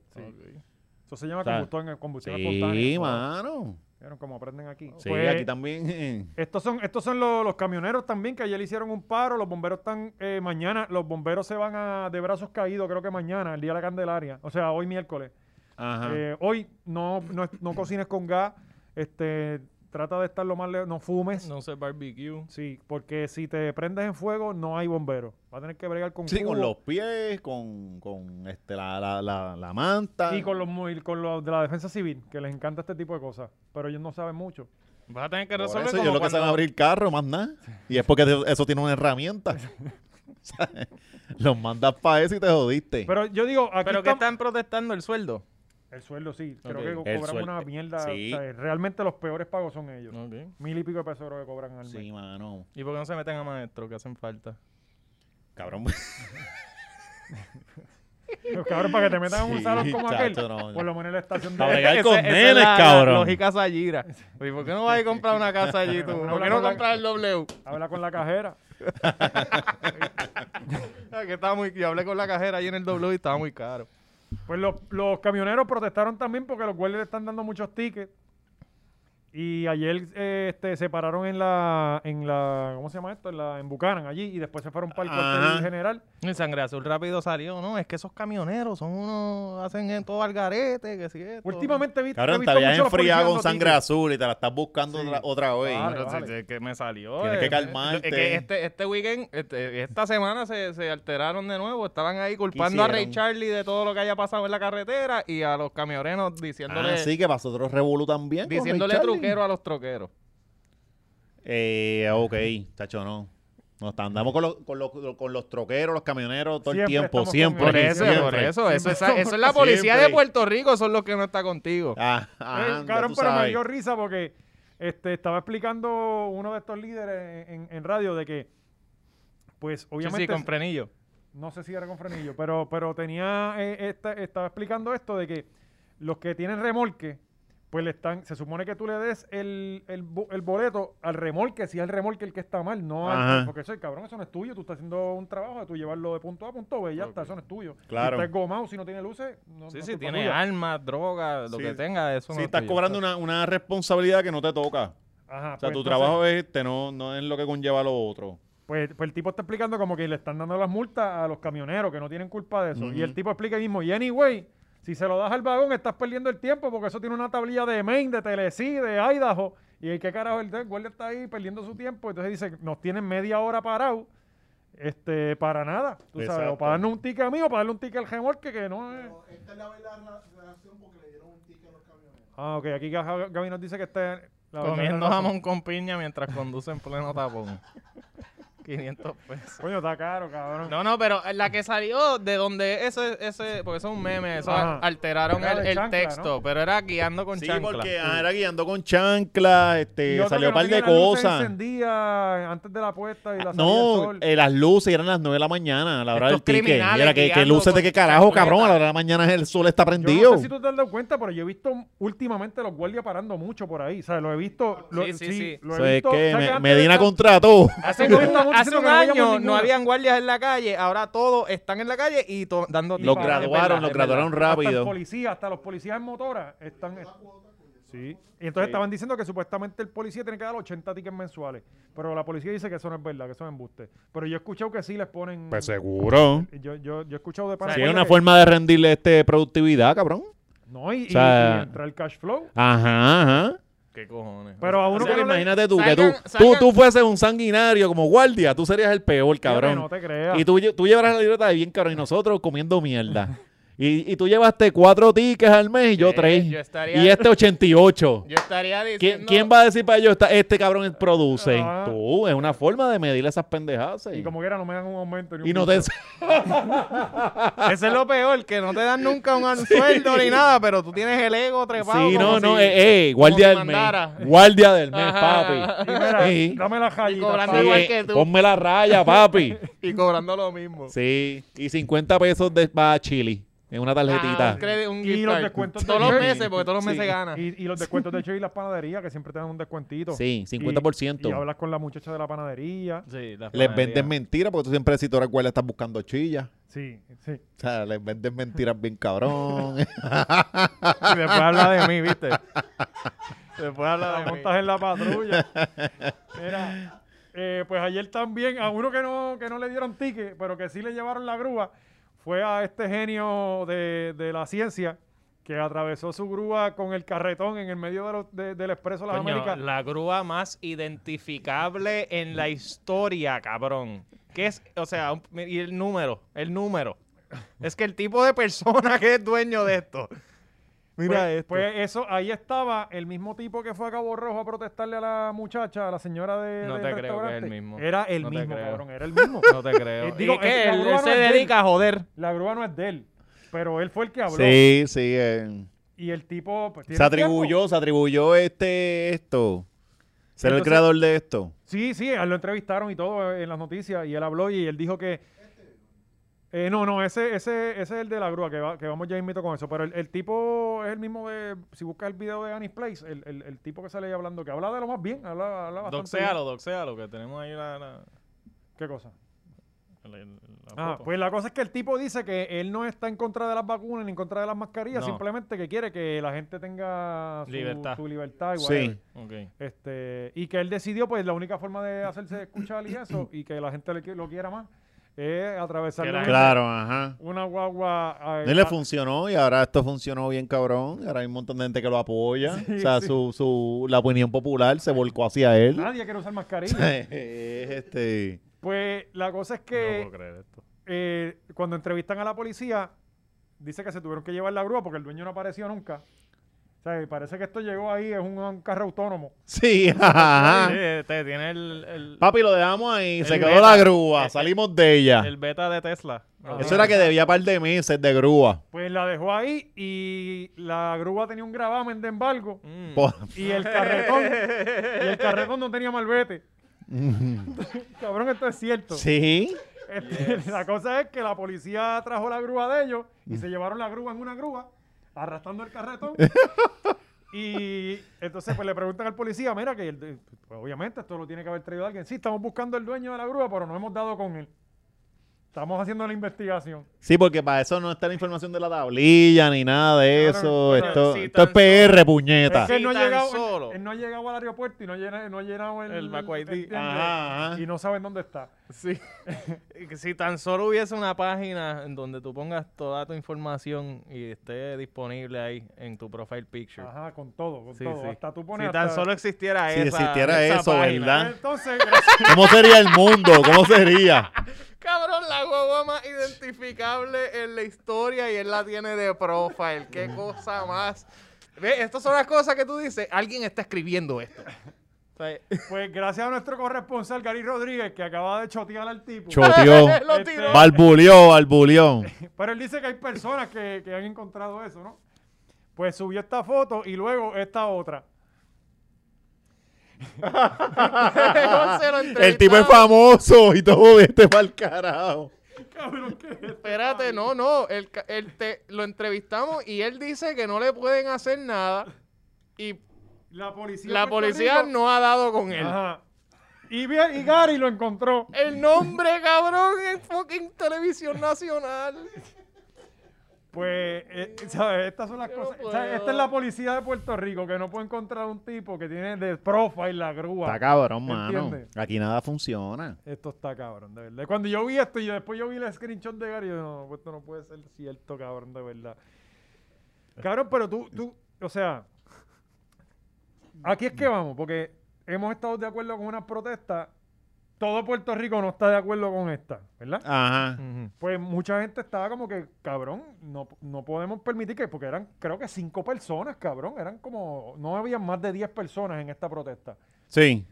Eso se llama
O sea,
combustión, combustión
sí,
espontánea.
mano.
¿Vieron cómo aprenden aquí?
Sí,
Pues,
aquí también. eh,
Estos son, estos son los, los camioneros también que ayer hicieron un paro. Los bomberos están eh, mañana. Los bomberos se van a, de brazos caídos, creo que mañana, el día de la Candelaria. O sea, hoy miércoles.
Ajá.
Eh, hoy no, no, no cocines con gas. Este, trata de estar lo más lejos. No fumes.
No sé, barbecue.
Sí, porque si te prendes en fuego, no hay bomberos. Va a tener que bregar con
sí, con
uh.
cubos
los pies, con, con este, la, la, la, la manta.
Ah.
Y con los, muy- con los de la defensa civil, que les encanta este tipo de cosas. Pero ellos no saben mucho.
Vas a tener que
Por
resolver
eso,
como
ellos lo que
cuando-
saben abrir carro, más nada. Y es porque eso- eso tiene una herramienta. ¿Sabes? los mandas para eso y te jodiste.
Pero yo digo, aquí
¿Pero que
estamos-
están protestando? ¿El sueldo?
El sueldo sí, creo
Ok.
que
El
co- cobran
sueldo,
una mierda.
sí.
o sea, realmente los peores pagos son ellos.
Ok.
Mil y pico de pesos creo que cobran al mes.
sí, mano.
¿Y por qué no se meten a maestros que hacen falta?
Cabrón.
Pero, cabrón, para que te metan en un
Sí,
salón como aquel.
chacho, no, no.
Por lo menos en la estación
Esa- esa-
de.
esa es la- la
cabrón.
Lógica Sayira. Oye, ¿Por qué no vas a comprar una casa allí tú? ¿Por qué no comprar el W?
Habla con la cajera.
Ah, que estaba muy, yo hablé con la cajera ahí en el W y estaba muy caro.
Pues los, los camioneros protestaron también porque los guardias le están dando muchos tickets. Y ayer eh, este, se pararon en la, en la, ¿cómo se llama esto? En, la, en Buchanan, allí, y después se fueron para el cuartel general.
El sangre azul rápido salió, ¿no? Es que esos camioneros son unos. hacen en todo al garete, que si esto.
Últimamente he visto.
Cabrón,
he
te
visto
habías
mucho los
enfriado
policías
con
dando
sangre
tickets.
azul y te la estás buscando otra, otra vez.
Vale, Pero, vale. es que me salió.
Tienes
eh,
que
Es
calmarte.
que este, este weekend, este- esta semana se, se alteraron de nuevo. Estaban ahí culpando a Ray
Quisieron.
Charlie de todo lo que haya pasado en la carretera y a los camioneros diciéndole,
Ah, sí, eh, que pasó otro revolú también. con
diciéndole
Richard Lee.
truquero a los troqueros.
Eh, ok, chacho, no. No, está- andamos con los, con, los, con los troqueros, los camioneros todo
Siempre
el tiempo,
estamos con
siempre.
Por eso, pues.
siempre.
por eso. Eso es,
Siempre.
eso es la policía de
Siempre.
Puerto Rico, son los que no están contigo.
Ah,
Eh,
ah, ya
cabrón,
tú
pero me
sabes.
dio risa porque este, estaba explicando uno de estos líderes en, en- en radio de que, pues obviamente...
sí, con frenillo.
No sé si era con frenillo, pero, pero tenía, eh, esta- estaba explicando esto de que los que tienen remolque, pues le están, se supone que tú le des el, el, bo- el boleto al remolque, si es el remolque el que está mal, no al-
Ajá.
porque eso, cabrón, eso no es tuyo, tú estás haciendo un trabajo de tú llevarlo de punto A a punto B, y ya está, eso no es tuyo.
Claro.
Si está gomado, si no tiene luces, no,
Sí,
no es
sí,
culpa
tiene
tuya.
armas, drogas, lo
Sí.
que tenga, eso
Sí,
no es
estás
tuyo.
cobrando una, una responsabilidad que no te toca.
Ajá,
o sea,
pues,
tu
entonces-
trabajo es este, no, no es lo que conlleva lo otro.
Pues, pues el tipo está explicando como que le están dando las multas a los camioneros que no tienen culpa de eso. Y el
Ujú.
tipo explica ahí mismo, y anyway, si se lo das al vagón estás perdiendo el tiempo porque eso tiene una tablilla de Maine, de Tennessee, de Idaho. Y el que carajo, el guardia está ahí perdiendo su tiempo. Entonces dice, nos tienen media hora parado este, para nada. Tú sabes, o
Exacto.
para darnos un ticket a mí o para darle un ticket al remolque que no es...
Esta es la verdad la relación porque le dieron un ticket a los camioneros.
Ah, ok, aquí Gaja- Gaby nos dice que está... la verdadera
Comiendo
razón.
jamón con piña mientras conduce en pleno tapón. 500 pesos.
Coño, está caro, cabrón.
No, no, pero la que salió de donde ese, ese, porque eso es un meme, eso
Ajá.
alteraron
Era
el,
de
el
chancla,
texto, pero era guiando con
Sí,
chancla.
porque ah, era guiando con chancla,
Y
este,
otro que
salió un
no
par de
tenía las luces
cosas.
encendidas antes de la puesta y la salida del
No,
sol.
eh, las luces eran las 9 de la mañana a la hora
Estos
del ticket.
criminales
Y era que, que
guiando
luces
con
de qué carajo, cabrón. A la hora de la mañana el sol está
Yo
prendido.
no sé si tú te has dado cuenta, pero yo he visto últimamente los guardias parando mucho por ahí. O sea, lo he visto. Lo,
Sí, sí, sí.
lo he
Eso es
visto,
que
o sea,
me-
antes
Medina
de-
contrató.
Hace,
Yo
como-
estamos diciendo
hace un
que no vayamos
año no
ninguna.
habían guardias en la calle, ahora todos están en la calle y to- dando
Los
tickets. Es
graduaron,
verdad,
los
es verdad.
graduaron
Hasta el
rápido.
policía, hasta los policías en motora están. Sí. Y entonces
Sí.
estaban diciendo que supuestamente el policía tiene que dar 80 tickets mensuales. Pero la policía dice que eso no es verdad, que eso es embuste. Pero yo he escuchado que sí les ponen.
Pues seguro.
Yo, yo, yo he escuchado de pana
Sí, es
guardia
una
que-
forma de rendirle este productividad, cabrón.
No, y,
O sea,
y- y entra el cash flow.
Ajá, ajá.
¿Qué cojones?
Pero a uno
Sí,
que
pero
no le-
imagínate tú, que
salgan-
tú,
salgan-
tú, tú fueses un sanguinario como guardia, tú serías el peor, cabrón.
no te creas.
Y tú, lle- tú llevarás la libreta de bien, cabrón, y nosotros comiendo mierda. y, y tú llevaste cuatro tickets al mes y yo
Sí,
tres.
yo estaría-
Y este 88.
Yo estaría diciendo...
¿Quién, quién va a decir para ellos, "Esta- este cabrón produce?
Ah.
Tú, es una forma de medir esas pendejadas.
Y como quiera, no me dan un aumento. Ni un
Y no te...
gusto.
Eso es lo peor, que no te dan nunca un sueldo ni nada, pero tú tienes el ego trepado.
Sí,
como
no, no,
si-
eh, eh,
como
guardia
si
del
mandara.
mes. Guardia del mes,
Ajá.
papi.
Y mira,
Sí.
dame la jallita.
cobrando
papi.
igual
Eh,
que tú.
Ponme la raya, papi.
Y cobrando lo mismo.
Sí, y 50 pesos de, para Chili en una
Ah,
tarjetita.
un crédito, un
Y
gift
los
card.
descuentos de
Todos los
Chevy.
meses, porque todos los meses
Sí.
ganas.
Y, y los descuentos de Chevy y las panaderías, que siempre te dan un descuentito.
Sí,
Y-
50%.
Y, hablas con la muchacha de la panadería.
Sí,
les venden mentiras porque tú siempre si tú eres guardia estás buscando chillas.
Sí, sí.
O sea, les venden mentiras bien cabrón.
Y después habla de mí, ¿viste? Después habla de
La
mí.
montas en la patrulla. Mira, eh, pues ayer también, a uno que no, que no le dieron ticket, pero que sí le llevaron la grúa, fue a este genio de, de la ciencia que atravesó su grúa con el carretón en el medio de los- de- del Expreso Las
Coño,
Américas.
la grúa más identificable en la historia, cabrón. ¿Qué es? O sea, un- y el número, el número. Es que el tipo de persona que es dueño de esto. Mira
pues,
esto.
pues eso, ahí estaba el mismo tipo que fue a Cabo Rojo a protestarle a la muchacha, a la señora de.
No
del
te creo que es
restaurante.
el mismo.
Era el
No te
mismo,
creo.
cabrón, era el mismo.
no te creo.
Eh,
¿Y qué?
es- la
Él,
grúa
él
no
se
es de él.
dedica a joder.
La grúa no es de él, pero él fue el que habló.
sí, sí. eh.
Y el tipo. pues, tiene
Se
tiempo.
atribuyó, se atribuyó este esto. Ser el
Entonces-
creador de esto.
Sí, sí, a él lo entrevistaron y todo eh, en las noticias. Y él habló y él dijo que. Eh, no, no, ese, ese, ese es el de la grúa, que, va- que vamos ya invito con eso. Pero el, el tipo es el mismo de. Si buscas el video de Annie's Place, el, el, el tipo que sale ahí hablando, que habla de lo más bien, habla, habla bastante.
Doxéalo,
bien.
doxéalo, que tenemos ahí la... la-
¿Qué cosa?
la- la
Ah,
foto.
pues la cosa es que el tipo dice que él no está en contra de las vacunas ni en contra de las mascarillas,
No.
simplemente que quiere que la gente tenga su
Libertad.
su libertad y
Sí.
whatever.
Ok.
Este, y que él decidió, pues la única forma de hacerse escuchar y eso, y que la gente le qui- lo quiera más, es atravesar
Que la-
una-
Claro, ajá.
una guagua. eh,
No, y le
a-
funcionó y ahora esto funcionó bien cabrón. y Ahora hay un montón de gente que lo apoya.
Sí,
o sea,
sí. Ah,
su, su, la opinión popular se volcó hacia él.
Nadie quiere usar mascarilla.
este,
Pues la cosa es que
No puedo creer esto.
eh, cuando entrevistan a la policía, dice que se tuvieron que llevar la grúa porque el dueño no apareció nunca. O sea, y parece que esto llegó ahí, es un, un carro autónomo.
sí, ajá.
ah.
Sí, este, tiene el... el-
Papi, lo dejamos ahí.
el
Se quedó
beta,
la grúa.
el-
salimos de ella.
El beta de Tesla.
Eso era que debía par de meses de grúa.
Pues la dejó ahí y la grúa tenía un gravamen de embargo.
Mm.
Por-
Y el carretón, y el carretón no tenía malvete. Cabrón, esto es cierto.
Sí.
Este, La cosa es que la policía trajo la grúa de ellos y se llevaron la grúa en una grúa, arrastrando el carretón. y entonces pues le preguntan al policía, mira que el- pues, obviamente esto lo tiene que haber traído alguien. Sí, estamos buscando al dueño de la grúa, pero no hemos dado con él. Estamos haciendo la investigación.
Sí, porque para eso no está la información de la tablilla ni nada de
Claro,
eso.
pero
esto
si
esto es
tan
PR,
Es
puñeta.
que él no, ha
Sí, tan
llegado, él-
solo.
él no ha llegado al aeropuerto y no ha llenado, no ha llenado el,
El Macu ID.
¿entiendes?
Ajá,
Y no saben dónde está.
Sí. si tan solo hubiese una página en donde tú pongas toda tu información y esté disponible ahí en tu profile picture.
Ajá, con todo, con
Sí,
todo.
sí.
Hasta tú pones
Si tan
hasta-
solo existiera
Si
esa
existiera
esa
eso,
página.
¿verdad?
Entonces, gracias.
¿Cómo sería el mundo? ¿Cómo sería?
Cabrón, la guagua más identificable en la historia y él la tiene de profile. Qué cosa más. Ve, estas son las cosas que tú dices. Alguien está escribiendo esto.
Pues gracias a nuestro corresponsal Gary Rodríguez que acaba de chotear al tipo.
Choteó.
Lo tiró.
Barbulió, barbulió.
Pero él dice que hay personas que, que han encontrado eso, ¿no? Pues subió esta foto y luego esta otra.
El tipo es famoso y todo este pa'l carajo.
Espérate, no, no. El, ca- el te, lo entrevistamos y él dice que no le pueden hacer nada. Y
La policía, de
la
Puerto
policía
Rico-
no ha dado con él.
Ajá. Y, bien- y Gary lo encontró.
El nombre, cabrón, en fucking televisión nacional.
Pues, eh, ¿sabes? Estas son las cosas.
puedo.
¿sabes? Esta es la policía de Puerto Rico que no puede encontrar un tipo que tiene de profile la grúa.
Está cabrón, mano.
¿Entiendes?
Aquí nada funciona.
Esto está cabrón, de verdad. Cuando yo vi esto y después yo vi el screenshot de Gary, yo no, pues esto no puede ser cierto, cabrón, de verdad. Cabrón, pero tú, tú, o sea, aquí es que vamos, porque hemos estado de acuerdo con unas protestas. Todo Puerto Rico no está de acuerdo con esta, ¿verdad?
Ajá.
Pues mucha gente estaba como que, cabrón, no, no podemos permitir que, porque eran, creo que cinco personas, cabrón, eran como, no había más de diez personas en esta protesta.
Sí.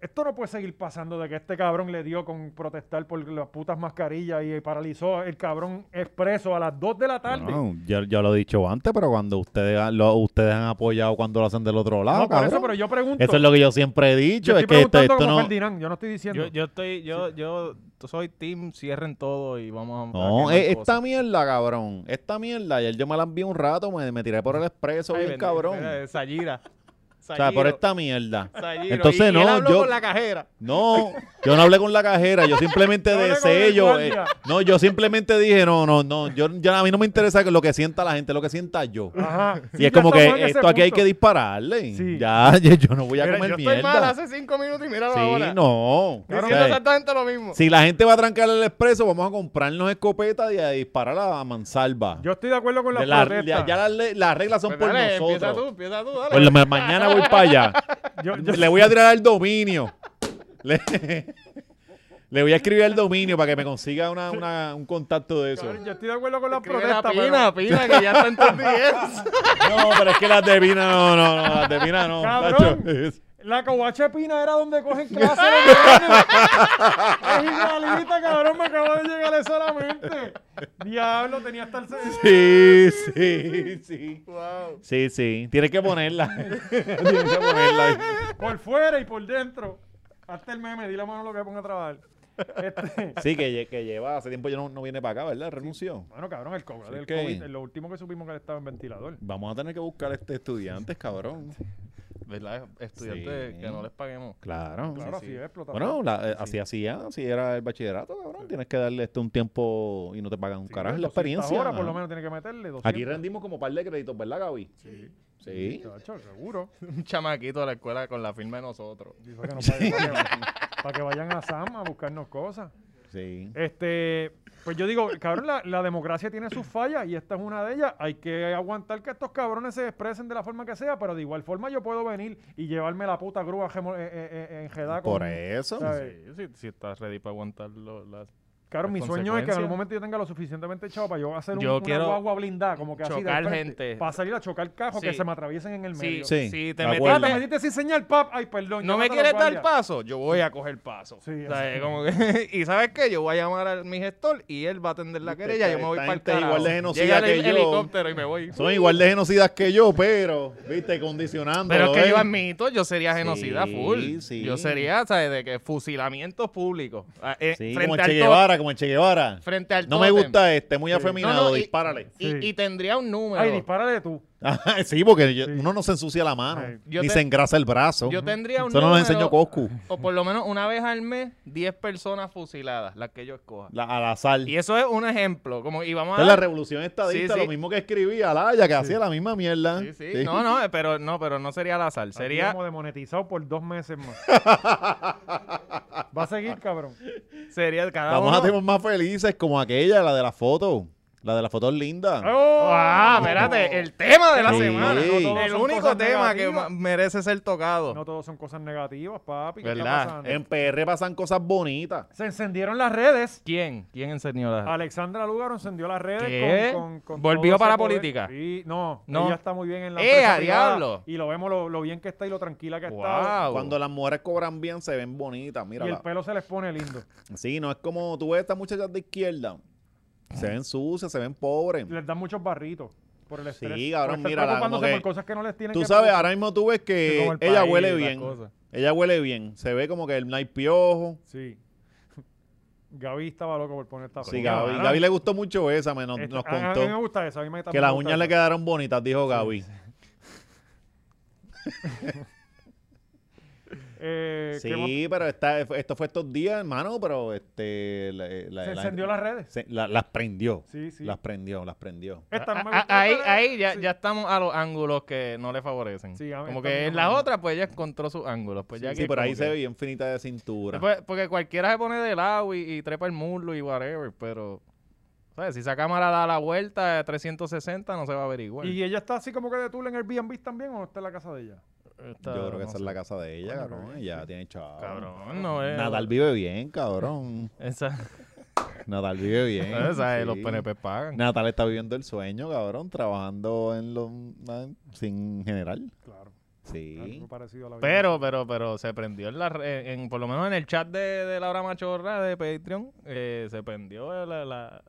Esto no puede seguir pasando de que este cabrón le dio con protestar por las putas mascarillas y paralizó el cabrón expreso a las 2 de la tarde.
No, yo, yo lo he dicho antes, pero cuando ustedes, han- lo- ustedes han apoyado cuando lo hacen del otro lado,
No, por eso,
cabrón.
pero yo pregunto.
Eso es lo que yo siempre he dicho.
Yo
es
estoy
que esto,
preguntando
esto
como
no.
Ferdinand, yo no estoy diciendo.
Yo, yo estoy, yo, yo soy team, cierren todo y vamos a- a.
No,
quemar
eh,
cosas.
esta mierda, cabrón. Esta mierda. Ayer yo me la envié un rato, me, me tiré por el expreso,
Ay,
bien
bendito,
cabrón.
mira, Sayira.
O sea, por
Sayiro.
esta mierda.
Sayiro.
Entonces,
Y- y él
no,
habló
yo.
con la cajera.
No, yo no hablé con la cajera, yo simplemente
hablé con el
deseo.
guardia.
eh, no, yo simplemente dije, no, no, no, yo, yo- a mí no me interesa lo que sienta la gente, lo que sienta yo.
Ajá.
Y
Sí,
es
ya
como
estamos en
que
ese
esto aquí hay
punto.
que dispararle. Ya, yo, yo no voy a
Mira,
comer
yo estoy
mierda.
mal hace cinco minutos y míralo
Sí,
ahora.
no. eh.
Diciendo
O sea,
exactamente lo mismo.
Si la gente va a trancar el expreso, vamos a comprarnos escopetas y a disparar a mansalva.
Yo estoy de acuerdo con
De
las
la-
protestas.
ya- ya las le- las reglas son
Pues
por
dale,
nosotros.
empieza tú, empieza tú, dale.
Pues la- mañana voy para allá.
Yo- yo-
Le voy a tirar al dominio. Le, le voy a escribir al dominio para que me consiga una- una- un contacto de eso.
Yo estoy de acuerdo con
Pues,
las
Escribe a
protestas.
Pina,
pero-
Pina, que ya está en tus 10.
No, pero es que las de Pina no, no, no, las de Pina no.
Cabrón.
tacho.
La covacha de Pina era donde cogen clases los nenes. Es igualita, cabrón, me acabo de llegar eso a la mente. Diablo, tenía hasta el...
Sí, sí, sí.
Wow.
Sí, sí. Tienes que ponerla. Tienes que ponerla.
Por fuera y por dentro. Hasta el meme, di la mano lo que ponga a trabajar. Este-
Sí, que, lle- que lleva hace tiempo ya no, no viene para acá, ¿verdad? Renunció.
Bueno, cabrón, el cobra
Sí,
del
que-
COVID, lo último que supimos que él estaba en ventilador.
Vamos a tener que buscar este estudiantes, cabrón.
¿Verdad? Estudiantes
Sí.
que no les paguemos.
Claro.
Claro, Sí, sí. así es, explotación.
Bueno, la- eh, así hacía, así era el bachillerato, cabrón. Tienes que darle este un tiempo y no te pagan un carajo. Es la
200
experiencia.
horas, por
ajá.
lo menos tiene que meterle 200.
Aquí rendimos como par de créditos, ¿verdad, Gaby?
Sí.
Sí.
Chacho, seguro.
Un chamaquito de la escuela con la firma de nosotros.
Para que, nos vayan- para que vayan- para que vayan a SAM a buscarnos cosas.
Sí.
Este, pues yo digo, cabrón, la, la democracia tiene sus fallas y esta es una de ellas. Hay que aguantar que estos cabrones se expresen de la forma que sea, pero de igual forma yo puedo venir y llevarme la puta grúa gemo- eh, eh, eh, enjedada con-
Por eso.
¿sabes?
Sí, sí, si estás ready para aguantar lo- las.
Claro,
las
mi sueño es que en algún
consecuencias.
momento yo tenga lo suficientemente echado para yo hacer un,
Yo
una
quiero
guagua blindada, como que así de
chocar
frente,
gente.
Para salir a chocar cajos que
Sí.
se me atraviesen en el
Sí,
medio.
sí, Sí, te
Ah,
me acuerdo.
te metiste sin señal, pap. Ay, perdón.
No me
llámate a la
quieres dar
guardia.
paso, yo voy a coger paso. O sea,
así.
como que- y sabes qué, yo voy a llamar a mi gestor y él va a atender la querella, yo me voy
Esta
para el
gente es
carajo.
igual de genocida
Llega el
que
hel-
yo.
helicóptero y me voy.
Son igual de genocidas que yo, pero, viste, condicionando.
Pero es que
¿eh?
yo admito, yo sería genocida
Sí,
full.
sí.
Yo sería, ¿sabes? De que fusilamientos públicos. Ah, eh,
Sí,
frente
como el
al
Che
to-
Guevara, como el Che Guevara.
Frente al
No me
tótem.
gusta este, muy
Sí.
afeminado,
No, no, y-
dispárale.
Y, y tendría un número.
Ay, dispárale tú.
Ajá, sí, porque yo- uno no se ensucia la mano,
Ay. Yo
ni
te-
se engrasa el brazo.
Yo tendría un
Eso no lo
número-
enseñó Coscu.
O por lo menos una vez al mes, 10 personas fusiladas, las que yo escoja.
La- al azar.
Y eso es un ejemplo. Como, y vamos a
Entonces, la
dar-
revolución estadista,
Ah. Sí, sí.
lo mismo que escribía Alaya, que hacía la misma mierda.
Sí, sí. No, no, eh, pero no, pero no sería al azar. Sería.
Como demonetizado por dos meses más. Va a seguir, cabrón.
Sería cada
Vamos a
uno-
temas más felices, como aquella, la de la foto. La de la foto es linda.
Ah, espérate, el tema de la
Sí.
semana.
No todos
el
son
único
cosas
tema que ma-
negativas.
merece ser tocado.
No todos son cosas negativas, papi. ¿Qué está
¿Verdad? Em-
pasando?
En PR pasan cosas bonitas.
Ah,
Se encendieron las redes.
¿Quién? ¿Quién enseñó
Ah.
la
Alexandra Lugaro encendió las redes
¿Qué?
con, con- con
¿Volvió
todo
para
ese
la
poder.
política?
Sí, no,
No.
Ella está muy bien en la
¡Eh,
empresa
a
privada
diablo!
Y lo vemos lo, lo bien que está y lo tranquila que ha
Guau.
estado.
Cuando las mujeres cobran bien, se ven bonitas. Mira,
Y el pelo se les pone lindo.
sí, no es como tú ves estas muchachas de izquierda. Se ven sucias, se ven pobres.
Les dan muchos barritos por el estrés.
Sí,
Por
cabrón,
estar
mira. la- como
preocupándose
que-
por cosas que no les tienen
Tú
que
sabes,
preocupar.
ahora mismo tú ves que
Como el
ella
país,
huele
las
bien.
cosas.
Ella huele bien. Se ve como que el no hay piojo.
Sí. Gaby estaba loco por poner
Ah,
esta
Sí,
foto.
Gaby.
Ahora,
Gaby le gustó mucho esa, me nos,
esta-
nos
a- A mí me
contó.
gusta eso. A mí me
Que
también
las
me gusta
uñas le
esa.
quedaron bonitas, dijo Gaby.
Eh, ¿qué más?
Sí, pero esta, esto fue estos días, hermano, pero este... la- la-
Se
la-
encendió las redes.
se- la- las prendió.
Sí, sí.
Las Ah, prendió, las prendió.
Esta no Ah, me
A-
gustó,
ah, ahí
pero-
ahí ya,
sí.
ya estamos a los ángulos que no le favorecen.
Sí, a mí
como
esta no
que en
me
la
gusta.
otra, pues ella encontró sus ángulos. Pues ya
Sí,
que
por ahí
como
se
que-
ve bien finita de cintura.
Pues, porque cualquiera se pone de lado y, y trepa el muslo y whatever, pero. ¿Sabes? Si esa cámara da la vuelta a 360, no se va a averiguar.
¿Y ella está así como que de Tula en Airbnb también o está en la casa de ella?
Esta-
Yo creo que
no
esa es
sé.
la casa de ella,
Coño,
cabrón.
cabrón,
Ella tiene chavo.
Cabrón, no es.
Nadal vive bien, cabrón.
Esa-
Nadal vive bien.
Esa es, los
sí.
PNP pagan.
Natal está viviendo el sueño, cabrón, trabajando en lo na- sin general.
Claro.
Sí.
Algo parecido a la vida
Pero, pero, pero se prendió en la re- en, por lo menos en el chat de, de Laura Machorra de Patreon, eh, se prendió la, la-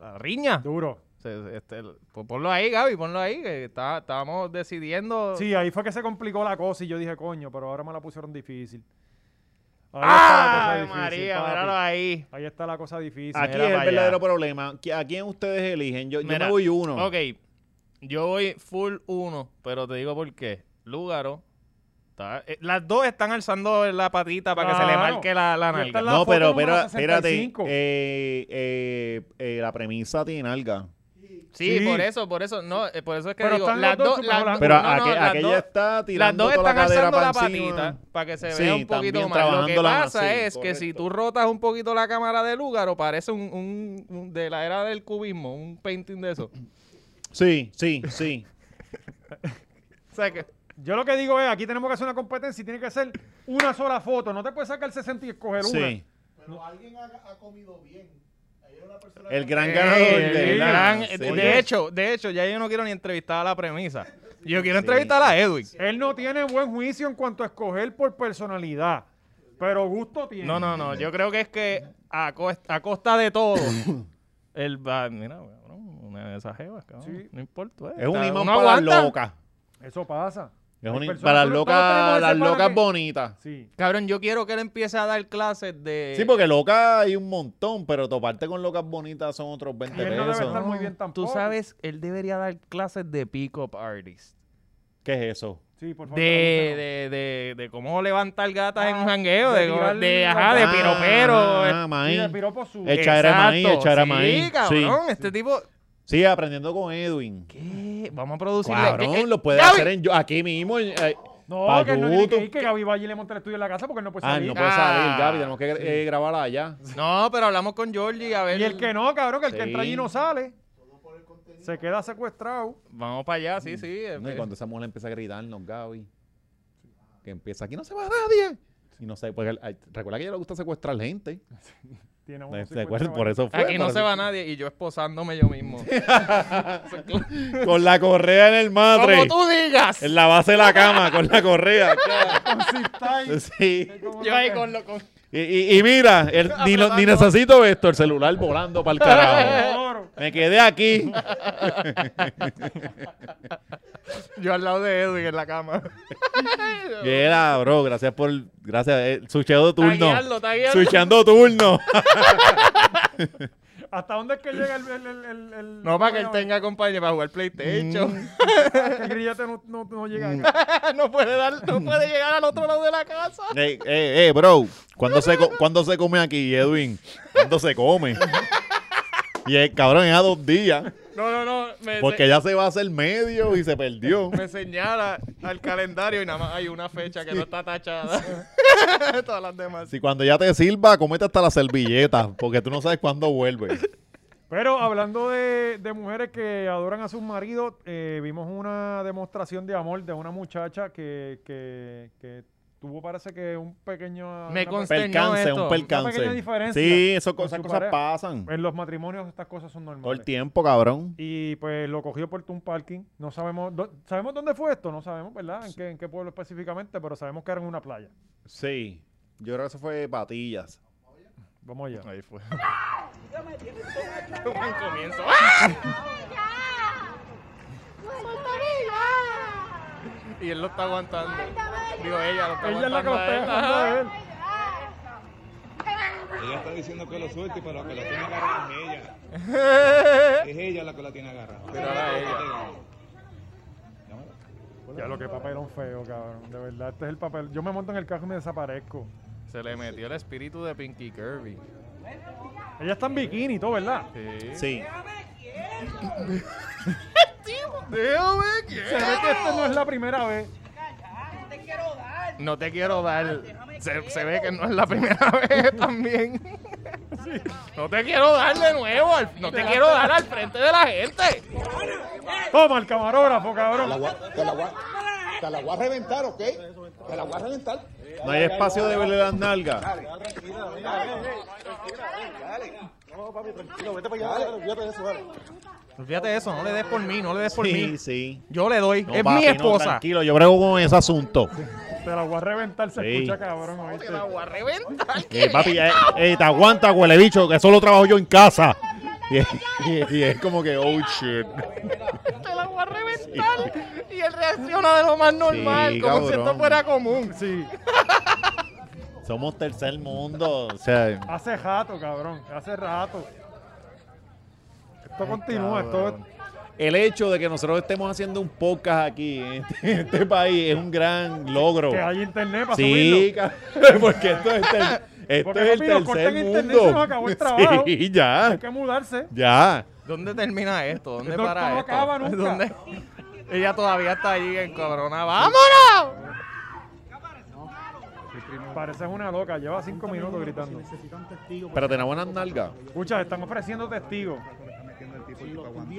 la riña.
Duro.
Se- se- este, el- pues ponlo ahí, Gaby, ponlo ahí, que está- estábamos decidiendo.
Sí, ahí fue que se complicó la cosa y yo dije, coño, pero ahora me la pusieron difícil. Ahí
Ah, ¡Ay,
está la cosa difícil,
María!
papi.
Míralo ahí.
Ahí está la cosa difícil.
Aquí
Mira
es el
para allá.
verdadero problema. ¿Qui- ¿A quién ustedes eligen? Yo, yo
Mira,
me voy uno.
Ok, yo voy full uno, pero te digo por qué. Lúgaro. está- eh, las dos están alzando la patita para que se le
Claro.
marque la, la
Y
nalga.
esta es la
no,
foto
pero,
número
pero espérate.
65.
eh, eh, eh, la premisa tiene alga.
Sí,
Sí.
por eso, por eso, no, eh, por eso es que
Pero
digo,
están
las
los dos
dos, las
superando.
dos-
Pero
no, no,
aque-
las
aquella
dos-
está
las
tirando
dos
toda la
están
cadera
alzando
para
la
encima.
patita para que se
Sí,
vea un
también
poquito más. Lo que
trabajándola más,
pasa
sí,
es que si
correcto.
tú rotas un poquito la cámara de Lúgaro, parece un, un- un- de la era del cubismo, un painting de eso.
Sí, sí, sí.
O sea que
Yo lo que digo es, aquí tenemos que hacer una competencia y tiene que ser una sola foto. No te puedes sacar 60 y escoger
sí.
una.
Pero alguien ha, ha comido bien. Ayer una persona
El
que-
gran
Eh,
ganador
el
de la-
gran-
sí.
de,
Oye,
hecho, de hecho, ya yo no quiero ni entrevistar a la premisa. Yo quiero entrevistar a Edwin.
Él no tiene buen juicio en cuanto a escoger por personalidad, pero gusto tiene.
No, no, no. Yo creo que es que a, cos- a costa de todo, él va. Mira, cabrón, una de esas jevas, cabrón.
Sí.
No importa. eh,
Es un
está-
imán
uno
para las
aguanta.
locas.
Eso pasa.
Es un-
personas-
para las
todos-
locas-
todos tenemos ese
las
pana
locas
que-
bonitas.
Sí.
Cabrón, yo quiero que él empiece a dar clases de.
Sí, porque loca hay un montón, pero toparte con locas bonitas son otros 20 pesos.
Tú sabes, él debería dar clases de pick-up artist.
¿Qué es eso?
Sí, por
De, de, de, de cómo levantar gatas en un jangueo,
de
de, cómo-
tirar
de-
la-
ajá, de
Ah,
piropero.
ah, maíz.
eh,
de piropo
sucio.
Echar a maíz,
Exacto,
echar a
sí,
maíz.
cabrón,
sí.
este tipo...
Sí, aprendiendo con Edwin.
¿Qué? Vamos a producirle...
Cabrón,
¿qué- qué-
lo puede
Gaby?
hacer en, yo- aquí mismo. en- eh,
No,
pa'
que, no, ni
YouTube.
que, que Gaby va allí y le monta el estudio en la casa porque él no
Pues
puede
Ah,
salir.
no puede salir, Gaby. Tenemos que eh, grabar allá.
No, pero hablamos con Georgie a ver...
Ah, Y el que no, cabrón, que el que
Sí.
entra allí no sale. Se queda secuestrado.
Vamos para allá, sí, sí.
Mm.
eh,
No, y cuando esa mujer empieza a gritarnos, Gaby, que empieza, aquí no se va nadie. Y no sé, porque el- ay, recuerda que a ella le gusta secuestrar gente.
Tiene
No,
unos
¿te
50
acuerdas? por eso fue.
Aquí no
por
se
eso-
va nadie y yo esposándome yo mismo.
Con la correa en el madre.
Como tú digas.
En la base de la cama, con la correa. sí.
Yo ahí con lo... con-
Y, y- y mira, el- ni, lo- ni necesito esto, el celular volando para el carajo. Me quedé aquí.
Yo al lado de Edwin en la cama.
Mira, bro, gracias por. Gracias. eh, Sucheando turno.
Taguearlo, taguearlo.
Sucheando turno.
¿Hasta dónde es que llega el... el, el, el, el-
No, para que él
bueno,
tenga compañía para jugar PlayStation.
Mm.
que eh? el grillete no, no, no llega acá.
no puede dar, no puede llegar al otro lado de la casa.
Eh, eh, eh, bro. ¿Cuándo se, co- cuándo se come aquí, Edwin? ¿Cuándo se come? Y el cabrón es a dos días.
No, no, no. Me,
Porque ya se va a hacer medio y se perdió.
me señala al calendario y nada más hay una fecha que no está tachada. Todas las demás.
Si cuando ya te sirva, comete hasta la servilleta. Porque tú no sabes cuándo vuelve.
Pero hablando de, de mujeres que adoran a sus maridos, eh, vimos una demostración de amor de una muchacha que, que, que tuvo, parece que un pequeño...
Me
una-
consternó
Percance, un
esto.
Una
percance.
pequeña diferencia
Sí, eso,
con
esas
su
cosas
pareja.
pasan.
En los matrimonios estas cosas son
Todo el
normales.
tiempo, cabrón.
Y pues lo cogió por un parking. No sabemos, dó- sabemos dónde fue esto, no sabemos, ¿verdad? En qué, en qué pueblo específicamente, pero sabemos que era en una playa.
Sí. Yo creo que eso fue patillas.
Vamos allá.
Ahí fue.
Buen comienzo.
¡Ah! Y él lo está aguantando. Digo, ella lo está
Ella es la que
aguantando.
lo
a él.
está dejando él.
Ella está diciendo que lo suelte, pero la que la tiene agarrada es ella. Es ella la que la tiene agarrada.
Pero ahora ella.
Ya lo que papelón feo, cabrón. De verdad, este es el papel. Yo me monto en el carro y me desaparezco.
Se le metió el espíritu de Pinky Kirby.
Ella está en bikini y todo, ¿verdad?
Sí.
Déjame
Se ve que esta no es la primera vez.
No te quiero dar. Se, se ve que no es la primera vez también. No te quiero dar de nuevo. al- No te quiero dar al frente de la gente.
Toma el camarógrafo, cabrón.
Te la voy a, te la voy a reventar, ¿ok? Te la voy a reventar.
No hay espacio de verle las nalgas.
Dale, tranquila, dale, dale, dale, dale. No, papi, tranquilo, vete para allá, dale, olvídate de eso, dale.
Olvídate de eso. No le des por mí. No le des por mí.
Sí, sí.
Yo le doy.
No,
es
papi,
mi
no,
esposa.
tranquilo, yo brego con ese asunto.
Te la voy a reventar, se
Sí.
escucha, cabrón. ¿oíste?
Eh, papi, eh, eh, te aguanta, huele bicho, que solo trabajo yo en casa. Y, y- y es como que, oh shit.
Te la voy a reventar. Y él reacciona de lo más normal. como si esto
cabrón.
fuera común.
Sí.
Somos tercer mundo. O sea,
Hace rato, cabrón. Hace rato. Esto continúa, esto es-
el hecho de que nosotros estemos haciendo un podcast aquí en este, en este país es un gran logro.
que hay internet para
Oh. Sí,
subirlo.
cabrón, porque esto es, ter- esto
Porque,
es el
papi, nos cortan
tercer
internet, se nos
mundo.
acabó el trabajo.
Sí, ya.
Hay que mudarse.
Ya.
¿Dónde termina esto? ¿Dónde
No,
para esto?
no acaba nunca.
¿Dónde? Ella todavía está allí en cabrona. ¡Vámonos!
Pareces una loca, lleva cinco minutos gritando.
Pero tenemos buenas nalgas.
Escucha, están ofreciendo testigos.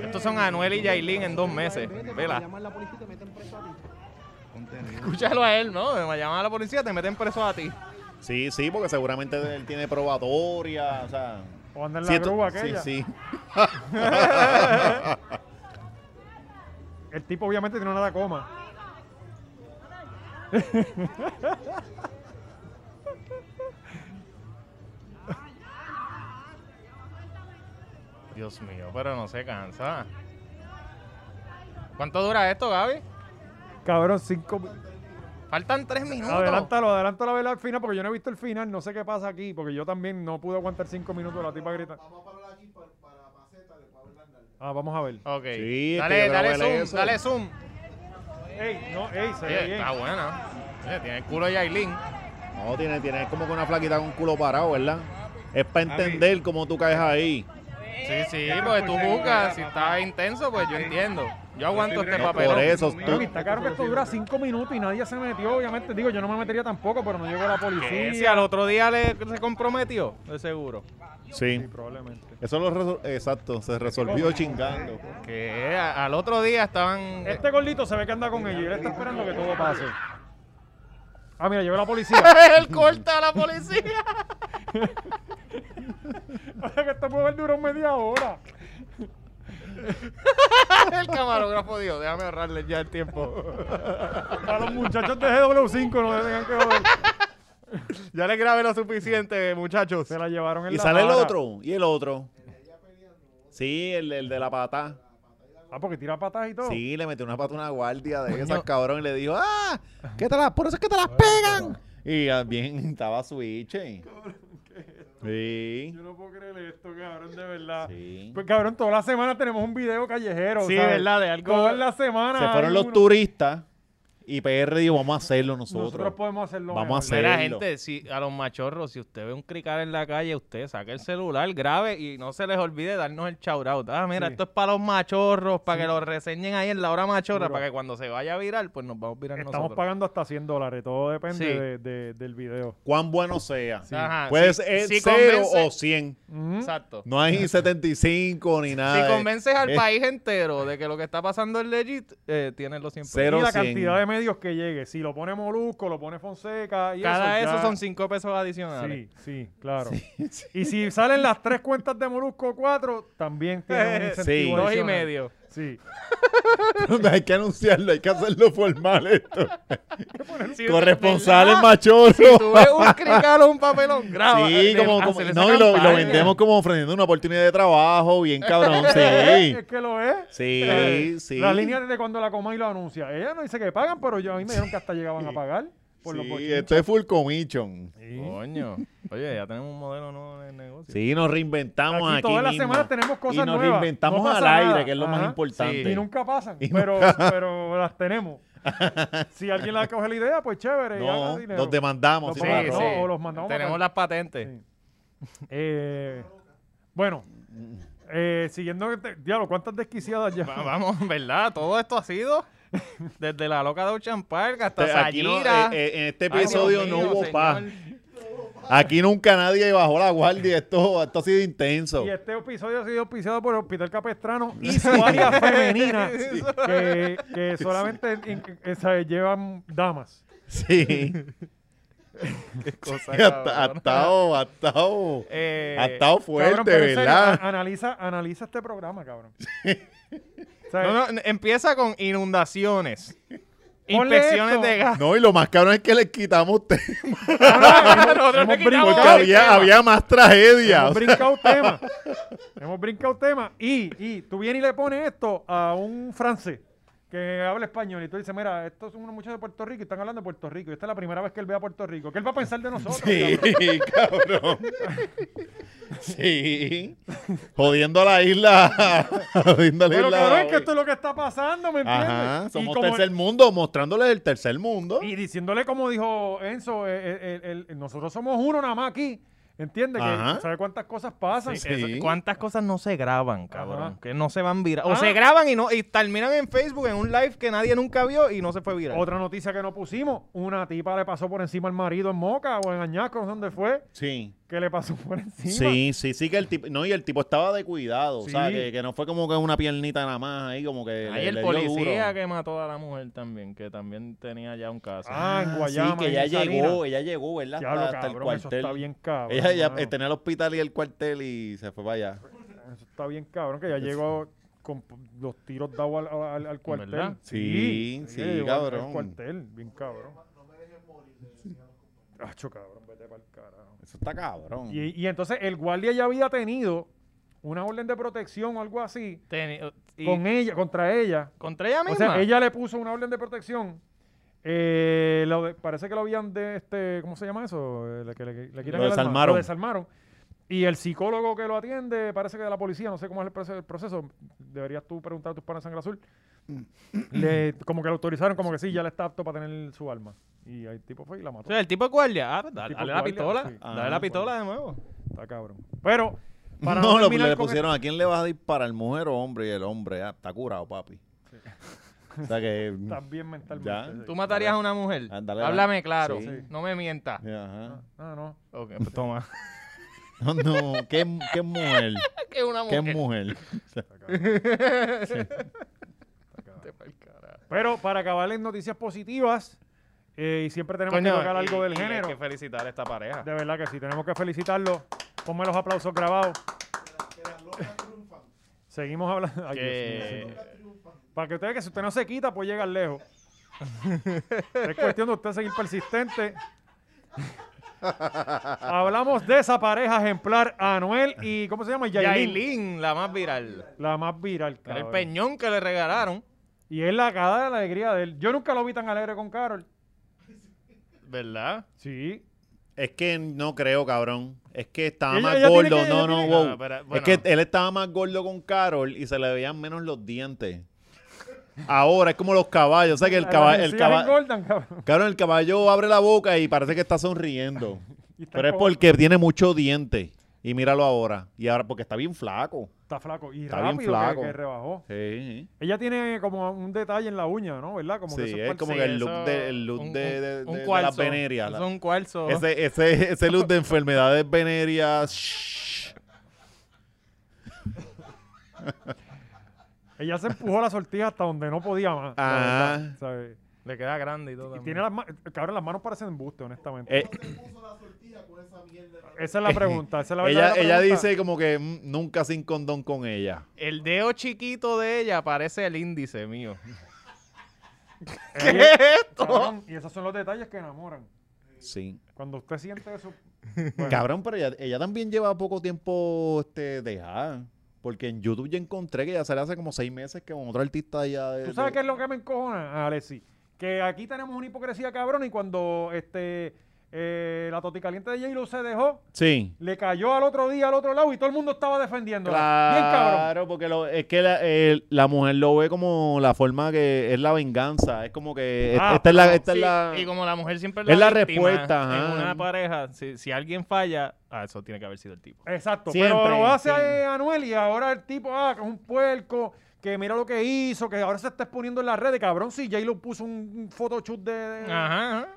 Estos son Anuel y Yailin en dos meses. Vela. Escúchalo a él, ¿no? Me llaman a la policía, te meten preso a ti.
Sí, sí, porque seguramente él tiene probatoria. O, sea,
O anda en la
Sí, esto-
grúa
sí,
aquella.
sí.
El tipo obviamente tiene una Tacoma.
Dios mío, pero no se cansa. ¿Cuánto dura esto, Gaby?
Cabrón, cinco. mi-
Faltan tres minutos.
Adelántalo, adelántalo a ver al final, porque yo no he visto el final. No sé qué pasa aquí, porque yo también no pude aguantar cinco minutos la tipa grita. Ah, vamos a ver.
Ok.
Sí, este
dale,
pero
dale
huele
zoom,
eso.
dale zoom.
Ey, no, ey, se ve
Oye,
bien.
Está buena. Oye, tiene el culo de Yailin.
No, tiene, tiene como que una flaquita con un culo parado, ¿verdad? Es para entender cómo tú caes ahí.
Sí, sí, porque tú buscas. Si está intenso, pues yo entiendo. Yo aguanto este
No,
papel.
por eso,
Pero
tú,
que está claro que esto dura cinco minutos y nadie se metió, obviamente. Digo, yo no me metería tampoco, pero no llegó la
¿Qué?
policía.
Si al otro día le, se comprometió, de seguro.
sí.
probablemente.
Eso lo resol- exacto, se resolvió chingando.
Que a- al otro día estaban. eh,
Este gordito se ve que anda con ella y él está esperando que todo pase. Ah, mira, llegó la policía.
el corta a la policía.
Oye, que esto puede haber durado media hora.
el camarógrafo dijo, déjame ahorrarle ya el tiempo.
A los muchachos de GW5 no le tengan que joder.
ya les grabé lo suficiente, muchachos.
Se la llevaron en
Y
la
sale el
cara.
otro, y el otro. Sí, el, el de la pata.
Ah, porque tira patas y todo.
Sí, le metió una pata a una guardia de esas, cabrón, y le dijo, ¡ah! ¿Qué te las, por eso es que te las pegan. Y ah, bien, estaba switch. eh. Sí.
Yo no puedo creer esto, cabrón, de verdad.
Sí.
Pues cabrón, toda la semana tenemos un video callejero.
Sí,
¿sabes?
¿verdad? De algo-
Toda la semana.
Se fueron
hay
los
uno.
turistas y PR dijo, vamos a hacerlo
Nosotros,
nosotros.
podemos hacerlo.
Vamos a
mejor.
hacer-
Mira,
Hacerlo.
gente, si, a los machorros, si usted ve un cricar en la calle, usted saque el celular, grabe y no se les olvide darnos el shout out. Ah, mira,
Sí.
esto es para los machorros, para que lo reseñen ahí en la hora machorra,
Duro.
para que cuando se vaya a viral, pues nos vamos a virar
Estamos
nosotros.
pagando hasta 100 dólares. Todo depende
Sí.
de- de- del video.
Cuán bueno sea.
Ajá,
Puede
sí.
ser
Si
0
convence-
o 100.
Exacto.
No hay 75 ni nada.
Si
de-
convences al
es
país entero de que lo que está pasando es legit, eh, tienes los 100 pesos.
Cero,
y la
cien.
cantidad de medios que llegue. Si lo pone Molusco, lo pone Fonseca. Y
Cada de
eso,
esos
ya-
son 5 pesos adicionales.
Sí, sí, claro. Y si salen las tres cuentas de Molusco, cuatro, también tiene un
Eh,
incentivo.
Dos y
adicional.
medio.
Sí.
hay que anunciarlo, hay que hacerlo formal esto.
Sí,
Corresponsales
¿verdad?
machorros.
Si tú ves un crical o un papelón, graba.
Sí,
Le-
como,
ah,
como-
se le
no,
saca
y lo, y lo
pan.
vendemos como ofreciendo una oportunidad de trabajo, bien cabrón, sí.
Eh, Es que lo es. Eh,
Sí, sí.
La línea de cuando la coma y lo anuncia. Ella no dice que pagan, pero yo, a mí me dijeron que hasta llegaban a pagar. Por los
Sí,
bochinches.
esto es full commission.
Coño. Oye, ya tenemos un modelo nuevo de negocio.
Sí, nos reinventamos aquí,
Aquí todas las
mismo.
semanas tenemos cosas
Y nos
nuevas.
reinventamos
No
al
pasa
aire,
nada.
que es lo
Ajá.
más importante.
Y nunca pasan,
Y
pero,
nunca-
pero las tenemos. Si alguien la coge la idea, pues chévere. y haga
No,
dinero.
los demandamos.
Los
si
Sí,
no
no,
la
sí.
roban.
o los mandamos a
Tenemos
matar.
las patentes.
Eh, bueno, eh, siguiendo, este- diablo, ¿cuántas desquiciadas ya?
Va- Ah, Vamos, ¿verdad? Todo esto ha sido desde la loca de Ocean Park hasta
Este, aquí no-
Sayira.
eh, eh, en este
Ay, Dios
episodio no
mío,
hubo
señor.
paz. Aquí nunca nadie bajó la guardia. Esto, esto ha sido intenso.
Y este episodio ha sido auspiciado por el Hospital Capestrano y su área femenina, que, que solamente en- en- en- sabe, llevan damas.
Sí.
Cosa,
Ha estado- ha
cabrón.
estado, ha estado,
Eh,
ha estado fuerte,
Cabrón, pero en serio,
¿verdad?
a- analiza, analiza este programa, cabrón.
No, no, n- empieza con inundaciones.
Ponle
Inspecciones
esto.
de gas.
No, y lo más cabrón es que le quitamos tema.
Nosotros le
hemos
quitamos
Porque
brincado,
el
había,
tema.
había más tragedia.
Hemos brincado tema. Hemos brincado tema. Y, y tú vienes y le pones esto a un francés que habla español y tú dices, mira, estos son unos muchachos de Puerto Rico y están hablando de Puerto Rico. Y esta es la primera vez que él ve a Puerto Rico. ¿Qué él va a pensar de nosotros?
Sí,
cabrón?
cabrón. Sí. Jodiendo a la isla. Jodiendo a la
Pero
isla.
cabrón, es que esto es lo que está pasando, ¿me entiendes?
Ajá. Somos
y, como-
tercer mundo, mostrándoles el tercer mundo.
y diciéndole como dijo Enzo, eh, eh, el- el- nosotros somos uno nada más aquí. ¿Entiendes?
Ajá.
Que sabe cuántas cosas pasan.
Sí, eso- ¿Cuántas cosas no se graban, cabrón?
Ajá.
Que no se van viral. O
Ah.
se graban y no y terminan en Facebook en un live que nadie nunca vio y no se fue viral.
Otra noticia que no pusimos, una tipa le pasó por encima al marido en Moca o en Añasco, no sé dónde fue,
Sí.
que le pasó por encima.
Sí, sí, sí que el tipo, no, y el tipo estaba de cuidado, o sea,
Sí.
que, que no fue como que una piernita nada más ahí, como que
Hay
le-
el
le dio
policía
duro.
que mató a la mujer también, que también tenía ya un caso.
Ah, en Guayama.
sí, que
en
ya
Salinas.
llegó, ella llegó, ¿verdad?
Diablo,
hasta, hasta el
cabrón, eso
cuartel.
está bien cabrón.
ella ya este
mano.
tenía el hospital y el cuartel y se fue para allá.
Eso está bien cabrón, que ya llegó con p- los tiros dados al, al- al cuartel.
¿Verdad?
Sí, sí,
llegó al-
cabrón.
Al cuartel, bien cabrón. Acho, cabrón, vete pa'l carajo.
Eso está cabrón.
Y, y entonces el guardia ya había tenido una orden de protección o algo así
Teni- y-
con ella, contra ella.
¿Contra ella
O
misma?
sea, ella le puso una orden de protección. eh, lo de- parece que lo habían de este, ¿cómo se llama eso? Eh, le- que le- le quitan
Lo
el alma.
desarmaron.
Lo desarmaron. Y el psicólogo que lo atiende, parece que de la policía, no sé cómo es el proce- el proceso. Deberías tú preguntar a tus panas de sangre azul.
Mm.
Le- como que lo autorizaron, como que sí, ya le está apto para tener su alma. Y el tipo fue y la mató.
O sea, el tipo de guardia. Ah, pues dale,
Tipo
dale la
guardia,
pistola.
sí.
Dale
Ah,
la pistola de nuevo.
Está cabrón. Pero, para
no,
no,
lo,
terminar
le
con
pusieron a quién le vas a disparar, mujer o hombre, y el hombre ah, está curado, papi. O sea que.
Estás bien mentalmente,
Mm. ya.
sí.
¿Tú matarías a una mujer?
Ándale,
Háblame
dale.
claro.
Sí.
No me mientas.
Ajá.
Ah, no.
Ok, pues toma.
No, no, ¿qué, qué mujer?
¿Qué una
¿Qué mujer?
cabrón.
Sí.
Vete pa'l carajo.
Pero para acabar en noticias positivas, eh, y siempre tenemos
Coño,
que tocar algo
y-
del
y
género.
Hay que felicitar a esta pareja.
De verdad que sí, tenemos que felicitarlo. Ponme los aplausos grabados. Seguimos hablando. Ay,
Que-
Dios mío, sí. Para que ustedes que si usted no se quita, pues llegar lejos. es cuestión de usted seguir persistente. Hablamos de esa pareja ejemplar, Anuel y ¿cómo se llama? Yailin.
Yailin, la más viral.
La más viral,
El
cabrón.
peñón que le regalaron.
Y es la cara de la alegría de él. Yo nunca lo vi tan alegre con Carol.
¿Verdad?
Sí.
Es que no creo, cabrón. Es que estaba
Ella-
más
ella tiene
gordo.
que-
no,
ella
no,
tiene-
wow.
Ah, pero,
Es
bueno.
que él estaba más gordo con Carol y se le veían menos los dientes. Ahora es como los caballos. O sea que el
Las
caballo. El
encías
caballo
engordan, cabrón.
el caballo abre la boca y parece que está sonriendo.
Y está
Pero es
como-
porque tiene mucho diente. Y míralo ahora. Y ahora porque está bien flaco.
Está flaco. Y
Está
rápido
bien
que-
flaco.
Que, rebajó.
Sí.
Ella tiene como un detalle en la uña, ¿no? ¿Verdad? Como
Sí,
que
es
parte-
como que el look de, el look
un-
de,
un
de- de- de las
cuarzo.
venerias.
Eso
la-
es un cuarzo.
Ese, ese, ese look de enfermedades venerias.
Ella se empujó la sortija hasta donde no podía más. la
Ah.
verdad, ¿sabes?
Le queda grande y todo.
Y
también.
tiene las manos. Cabrón, las manos parecen embuste, honestamente.
Eh.
Esa es la pregunta. Esa es la
ella,
verdadera
ella
pregunta.
dice como que mm, nunca sin condón con ella.
El dedo chiquito de ella parece el índice mío.
Ella-
¿Qué es esto?
Cabrón, y esos son los detalles que enamoran.
Sí.
Cuando usted siente eso.
Cabrón, pero ella, ella también lleva poco tiempo este, dejada. Porque en YouTube yo encontré que ya sale hace como seis meses que con otro artista ya de,
¿Tú sabes
de-
qué es lo que me encojona, Alexi? Que aquí tenemos una hipocresía cabrón y cuando este eh, la toti caliente de J-Lo se dejó,
Sí.
le cayó al otro día al otro lado y todo el mundo estaba defendiendo. Bien cabrón.
Claro, porque lo- es que la, eh, la mujer lo ve como la forma que es la venganza. Es como que es-
Ah,
esta es la, esta
sí,
es la-
Y como la mujer siempre
es la
víctima
respuesta, ajá.
En una pareja, si, si alguien falla, ah, eso tiene que haber sido el tipo.
Exacto. pero
Siempre,
lo hace
sí.
eh, Anuel y ahora el tipo, ah, que es un puerco, que mira lo que hizo, que ahora se está exponiendo en las redes. Cabrón, si J-Lo puso un un photoshoot de... de-
Ajá. ajá.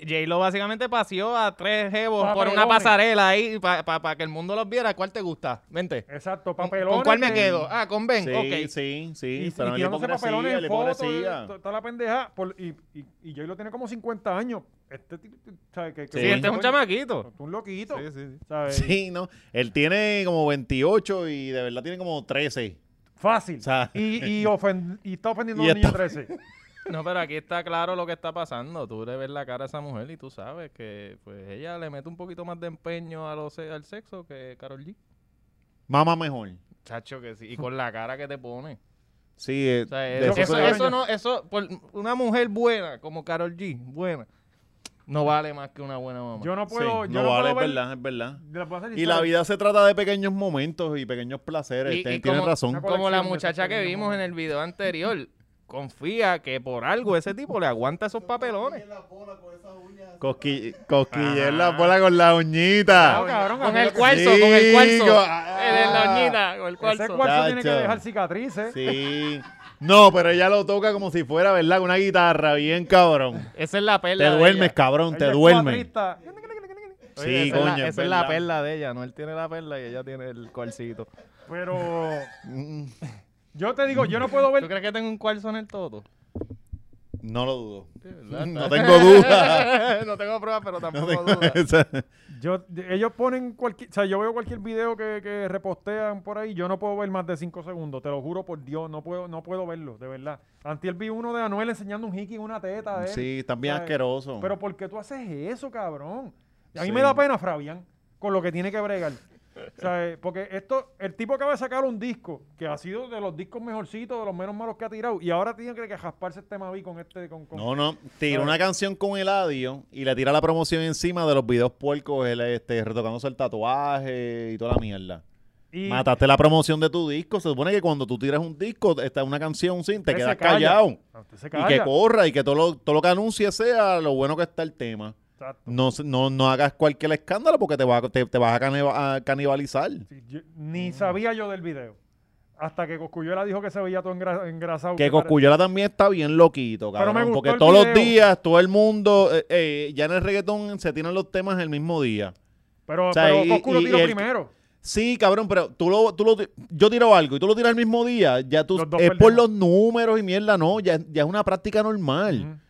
J- J-Lo básicamente paseó a tres jevos por
Papelones.
una pasarela ahí para que el mundo los viera. ¿Cuál te gusta? Vente.
Exacto,
¿Con-
papelones.
¿Con cuál me
que-
quedo? Ah, con Ben.
Sí,
ok.
sí, sí.
Y, y
pero la
tirándose
hipocresía,
papelones
la
en fotos,
hipocresía.
to- toda la pendeja. por- y, y, y J-Lo tiene como 50 años. Este tipo, ¿sabes? Que,
Sí,
que-
este es un
coño,
chamaquito.
Un loquito.
Sí, sí, sí.
¿sabes?
Sí, no. Él tiene como 28 y de verdad tiene como 13.
Fácil.
O sea,
Y, y, ofen- y está ofendiendo
Y
a un niño de
está-
13.
No, pero aquí está claro lo que está pasando. Tú le ves la cara a esa mujer y tú sabes que pues ella le mete un poquito más de empeño a lo se- al sexo que Carol G.
Mama mejor.
Chacho que sí. Y con la cara que te pone.
Sí, eh,
O sea,
de
eso,
eso
eso-
se-
eso no, eso, por una mujer buena como Carol G, buena, no vale más que una buena mamá.
Yo no
Sí,
puedo. yo
no
no
vale,
puedo ver-
es verdad, es verdad.
Les voy a hacer
Y la
historia.
vida se trata de pequeños momentos y pequeños placeres.
Y-
Ten-
y
tienes
como-
razón.
Como
colección
la
de
muchacha
esas
que
pequeñas
vimos en el video anterior, confía que por algo ese tipo le aguanta esos papelones.
Cosqui- cosquille en la
Ah.
bola con la uñita.
No, cabrón,
Con
a mí
el
lo que-
cuarzo, con el
Chico,
cuarzo.
ah.
En la uñita, con el
Ese
cuarzo.
cuarzo tiene que
Chacho.
dejar cicatrices.
Sí. No, pero ella lo toca como si fuera, ¿verdad? Una guitarra, bien cabrón.
Esa es la perla
Te
de
duermes,
ella.
cabrón, te
Ella es
duermes.
cuatrista.
Oye,
Sí,
esa es la-
coño, es
esa es la
verdad.
perla de ella, no él tiene la perla y ella tiene el cuarcito.
Pero. Yo te digo, yo no puedo
¿Tú
ver.
crees que tengo un cuarzo en el todo?
No lo dudo.
¿verdad?
No tengo duda.
Eh, no tengo pruebas, pero
No
tampoco
tengo
dudas.
esa-
Yo, de- ellos ponen cualquier. O sea, yo veo cualquier video que, que repostean por ahí. Yo no puedo ver más de 5 segundos. Te lo juro por Dios. No puedo, no puedo verlo, de verdad. Antier vi uno de Anuel enseñando un hickey en una teta. de él.
Sí, están bien
¿Sabes?
asquerosos.
Pero ¿por qué tú haces eso, cabrón? A mí
Sí.
me da pena, Fabián, con lo que tiene que bregar. O sea, eh, porque esto, el tipo acaba de sacar un disco que ha sido de los discos mejorcitos, de los menos malos que ha tirado, y ahora tiene que, que jasparse este Mavi con este. Con, con-
No, no,
¿sabes?
tira una canción con Eladio y le tira la promoción encima de los videos puercos, el, este, retocándose el tatuaje y toda la mierda.
Y-
Mataste la promoción de tu disco. Se supone que cuando tú tiras un disco, está una canción sin, te
Usted
quedas
se calla.
callado.
No, usted se
Y
calla.
que corra y que todo lo, todo lo que anuncie sea lo bueno que está el tema.
Exacto.
No, se- no, no hagas cualquier escándalo porque te, va, a- te, te vas a, caniba- a canibalizar.
Yo- ni
Mm.
sabía yo del video. Hasta que Coscuyuela dijo que se veía todo engra- engrasado.
Que
pare-
Coscuyola también está bien loquito,
Pero
cabrón.
me gustó
porque
el
todos los
video.
días, todo el mundo, eh, eh, ya en el reggaetón se tiran los temas el mismo día.
Pero,
O sea,
pero
y-
Coscu lo
y-
tiró
y el-
primero.
Sí, cabrón, pero tú lo, tú lo, ti- yo tiro algo y tú lo tiras el mismo día, ya tú, es
Los dos
por
perdemos.
los números y mierda, no, ya, ya es una práctica normal.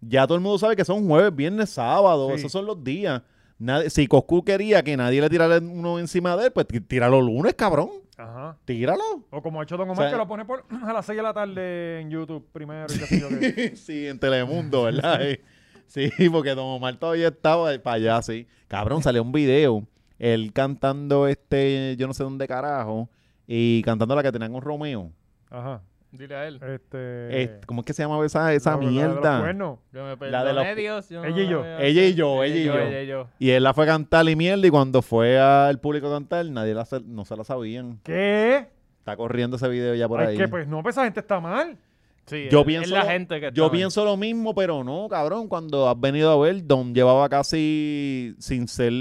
Ya todo el mundo sabe que son jueves, viernes, sábado,
Sí.
esos son los días. Nadie- si Coscu quería que nadie le tirara uno encima de él, pues tí- tíralo lunes, cabrón.
Ajá.
Tíralo.
O como ha hecho Don Omar,
O sea,
que lo pone por, a las 6 de la tarde en YouTube primero. y qué sé yo qué.
sí, en Telemundo, ¿verdad? Eh, Sí, porque Don Omar todavía estaba para allá, sí. Cabrón, salió un video. Él cantando este, yo no sé dónde carajo, y cantando la que tenían con Romeo.
Ajá.
Dile a él.
Este,
Este, ¿Cómo es que se llamaba esa, esa
la- la de los
mierda?
cuernos.
Yo me
La de los-
perdoné, Dios, yo no
Ella y yo.
había-
Ella y yo, ella y yo.
Ella y yo.
Y él la fue a cantar y mierda, y cuando fue al público a cantar, nadie la, sa- no se la sabían.
¿Qué?
Está corriendo ese video ya por
Ay,
ahí.
que pues no, pues esa gente está mal.
Sí,
yo
es-
pienso,
es la
lo-
gente que está
yo
mal.
pienso lo mismo, pero no, cabrón. Cuando has venido a ver, Don llevaba casi sin ser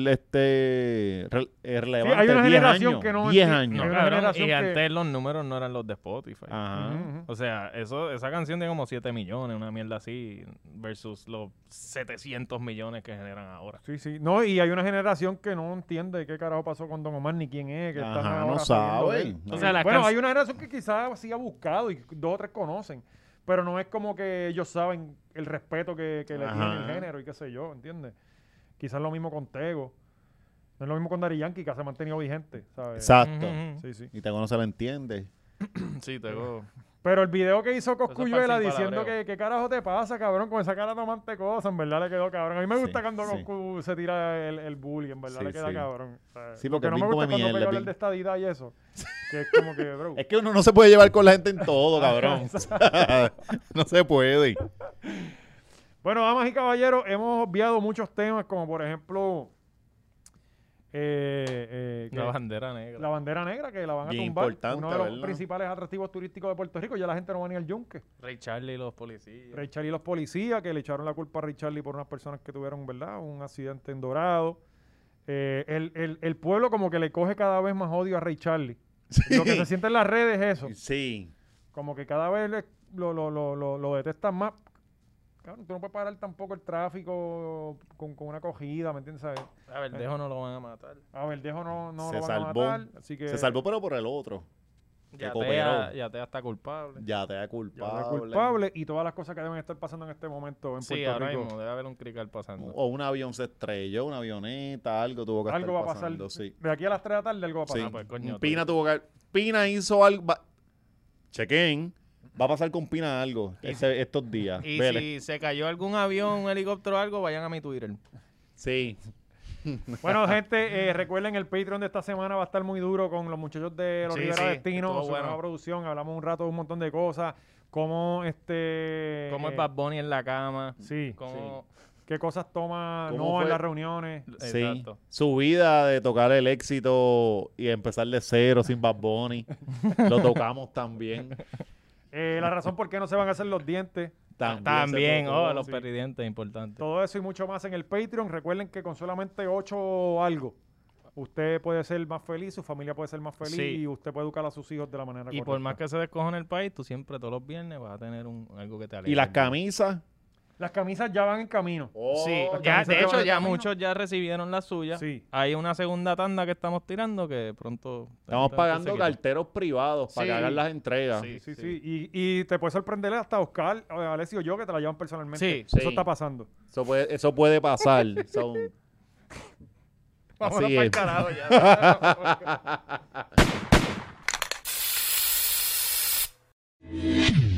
este re- eh, relevante.
hay una
10
generación
años,
que no
10
enti-
años.
no,
No,
Una
cabrón,
generación
y
que-
antes los números no eran los de Spotify.
Ajá.
Ujú, ujú.
O sea, eso, esa canción tiene como 7 millones, una mierda así, versus los 700 millones que generan ahora.
Sí, sí. No, y hay una generación que no entiende qué carajo pasó con Don Omar ni quién es. Que están
Ajá,
ahora
no
sabiendo de
saben.
él.
No.
O sea, la
bueno,
can-
hay una generación que quizás sí ha buscado y dos o tres conocen. Pero no es como que ellos saben el respeto que, que le tiene el
Ajá.
género y qué sé yo, ¿entiendes? Quizás lo mismo con Tego. No es lo mismo con Dari Yankee, que se ha mantenido vigente, ¿sabes?
Exacto.
Ujú. Sí, sí.
Y te conoce, la entiende.
Sí, tengo...
Pero el video que hizo
es
Coscuyuela
para el sin
diciendo que qué carajo te pasa, cabrón, con esa cara tomante cosas, en verdad le quedó cabrón. A mí me gusta cuando
sí.
Coscu se tira el, el bully, en verdad
Sí,
le queda
sí.
cabrón. O sea,
Sí,
lo
porque
que no
es
me gusta
bien come
es cuando
mierda,
pega hablar
bien-
de estadidad y eso. Que es como que, bro.
Es que uno no se puede llevar con la gente en todo, cabrón. O sea, no se puede.
Bueno, damas y caballeros, hemos obviado muchos temas, como por ejemplo. eh, eh, que-
La bandera negra.
la bandera negra, que la van a
Bien
tumbar.
importante,
Uno de los
¿verdad?
principales atractivos turísticos de Puerto Rico. Ya la gente no va ni al yunque.
Ray Charlie y los policías.
Ray Charlie y los policías que le echaron la culpa a Ray Charlie por unas personas que tuvieron, ¿verdad? Un accidente en Dorado. Eh, el, el- el pueblo como que le coge cada vez más odio a Ray Charlie. Lo que se siente en las redes es eso.
Sí.
Como que cada vez le- lo, lo, lo, lo, lo detestan más. Cabrón, tú no puedes parar tampoco el tráfico con, con una cogida, ¿me entiendes? ¿Sabes?
A Verdejo no lo van a matar.
A Verdejo no, no
se
lo van
salvó.
a matar. Así que
Se salvó, pero por el otro.
Ya
que
te,
cooperó.
ya te está culpable.
Ya te da
ya no es
culpable.
culpable y todas las cosas que deben estar pasando en este momento en
Sí,
Puerto
ahora
Rico. Oh,
mismo debe haber un crical pasando.
O un avión se estrelló, una avioneta, algo tuvo que
Algo va
estar
a pasar.
pasando. Sí.
De aquí a las 3 de la tarde algo va a
Sí.
pasar.
pues, coño,
Pina
tú-
tuvo que. Pina hizo algo. va- Chequen. Va a pasar con Pina algo ese- estos días.
Y
Vélez.
si se cayó algún avión, un helicóptero o algo, vayan a mi Twitter.
Sí.
Bueno, gente, eh, recuerden el Patreon de esta semana va a estar muy duro con los muchachos de los
Sí,
Rivera
sí,
Destino,
estuvo
su
bueno.
nueva producción. Hablamos un rato de un montón de cosas. Cómo este.
Como el
eh,
Bad Bunny en la cama.
Sí.
Como...
¿Qué cosas toma
¿Cómo
Noah en
fue?
las reuniones?
Sí.
Exacto.
Su vida de tocar el éxito y empezar de cero sin Bad Bunny. Lo tocamos también.
Eh, la razón por qué no se van a hacer los dientes.
También,
También,
se
oh,
tocó.
los
sí.
perridientes, importante.
Todo eso y mucho más en el Patreon. Recuerden que con solamente 8 algo, usted puede ser más feliz, su familia puede ser más feliz
Sí.
y usted puede educar a sus hijos de la
Y
manera correcta.
por más que se descojone el país, tú siempre todos los viernes vas a tener un, algo que te alegra.
Y las camisas.
Las camisas ya van en camino.
Sí,
Oh,
ya,
camisas
de
que van
hecho
en
ya
camino.
muchos ya recibieron las suyas.
Sí.
Hay una segunda tanda que estamos tirando que pronto...
Estamos
pronto
pagando
se quita.
carteros privados para
Sí.
que hagan las entregas.
Sí,
Sí, sí. Y, y te puede sorprender hasta Oscar, o Alessio o yo que te la llevan personalmente.
Sí.
Eso
Sí.
está pasando.
Eso, puede, eso puede pasar. Son-
Vámonos
Así
pa'l
es.
carajo ya.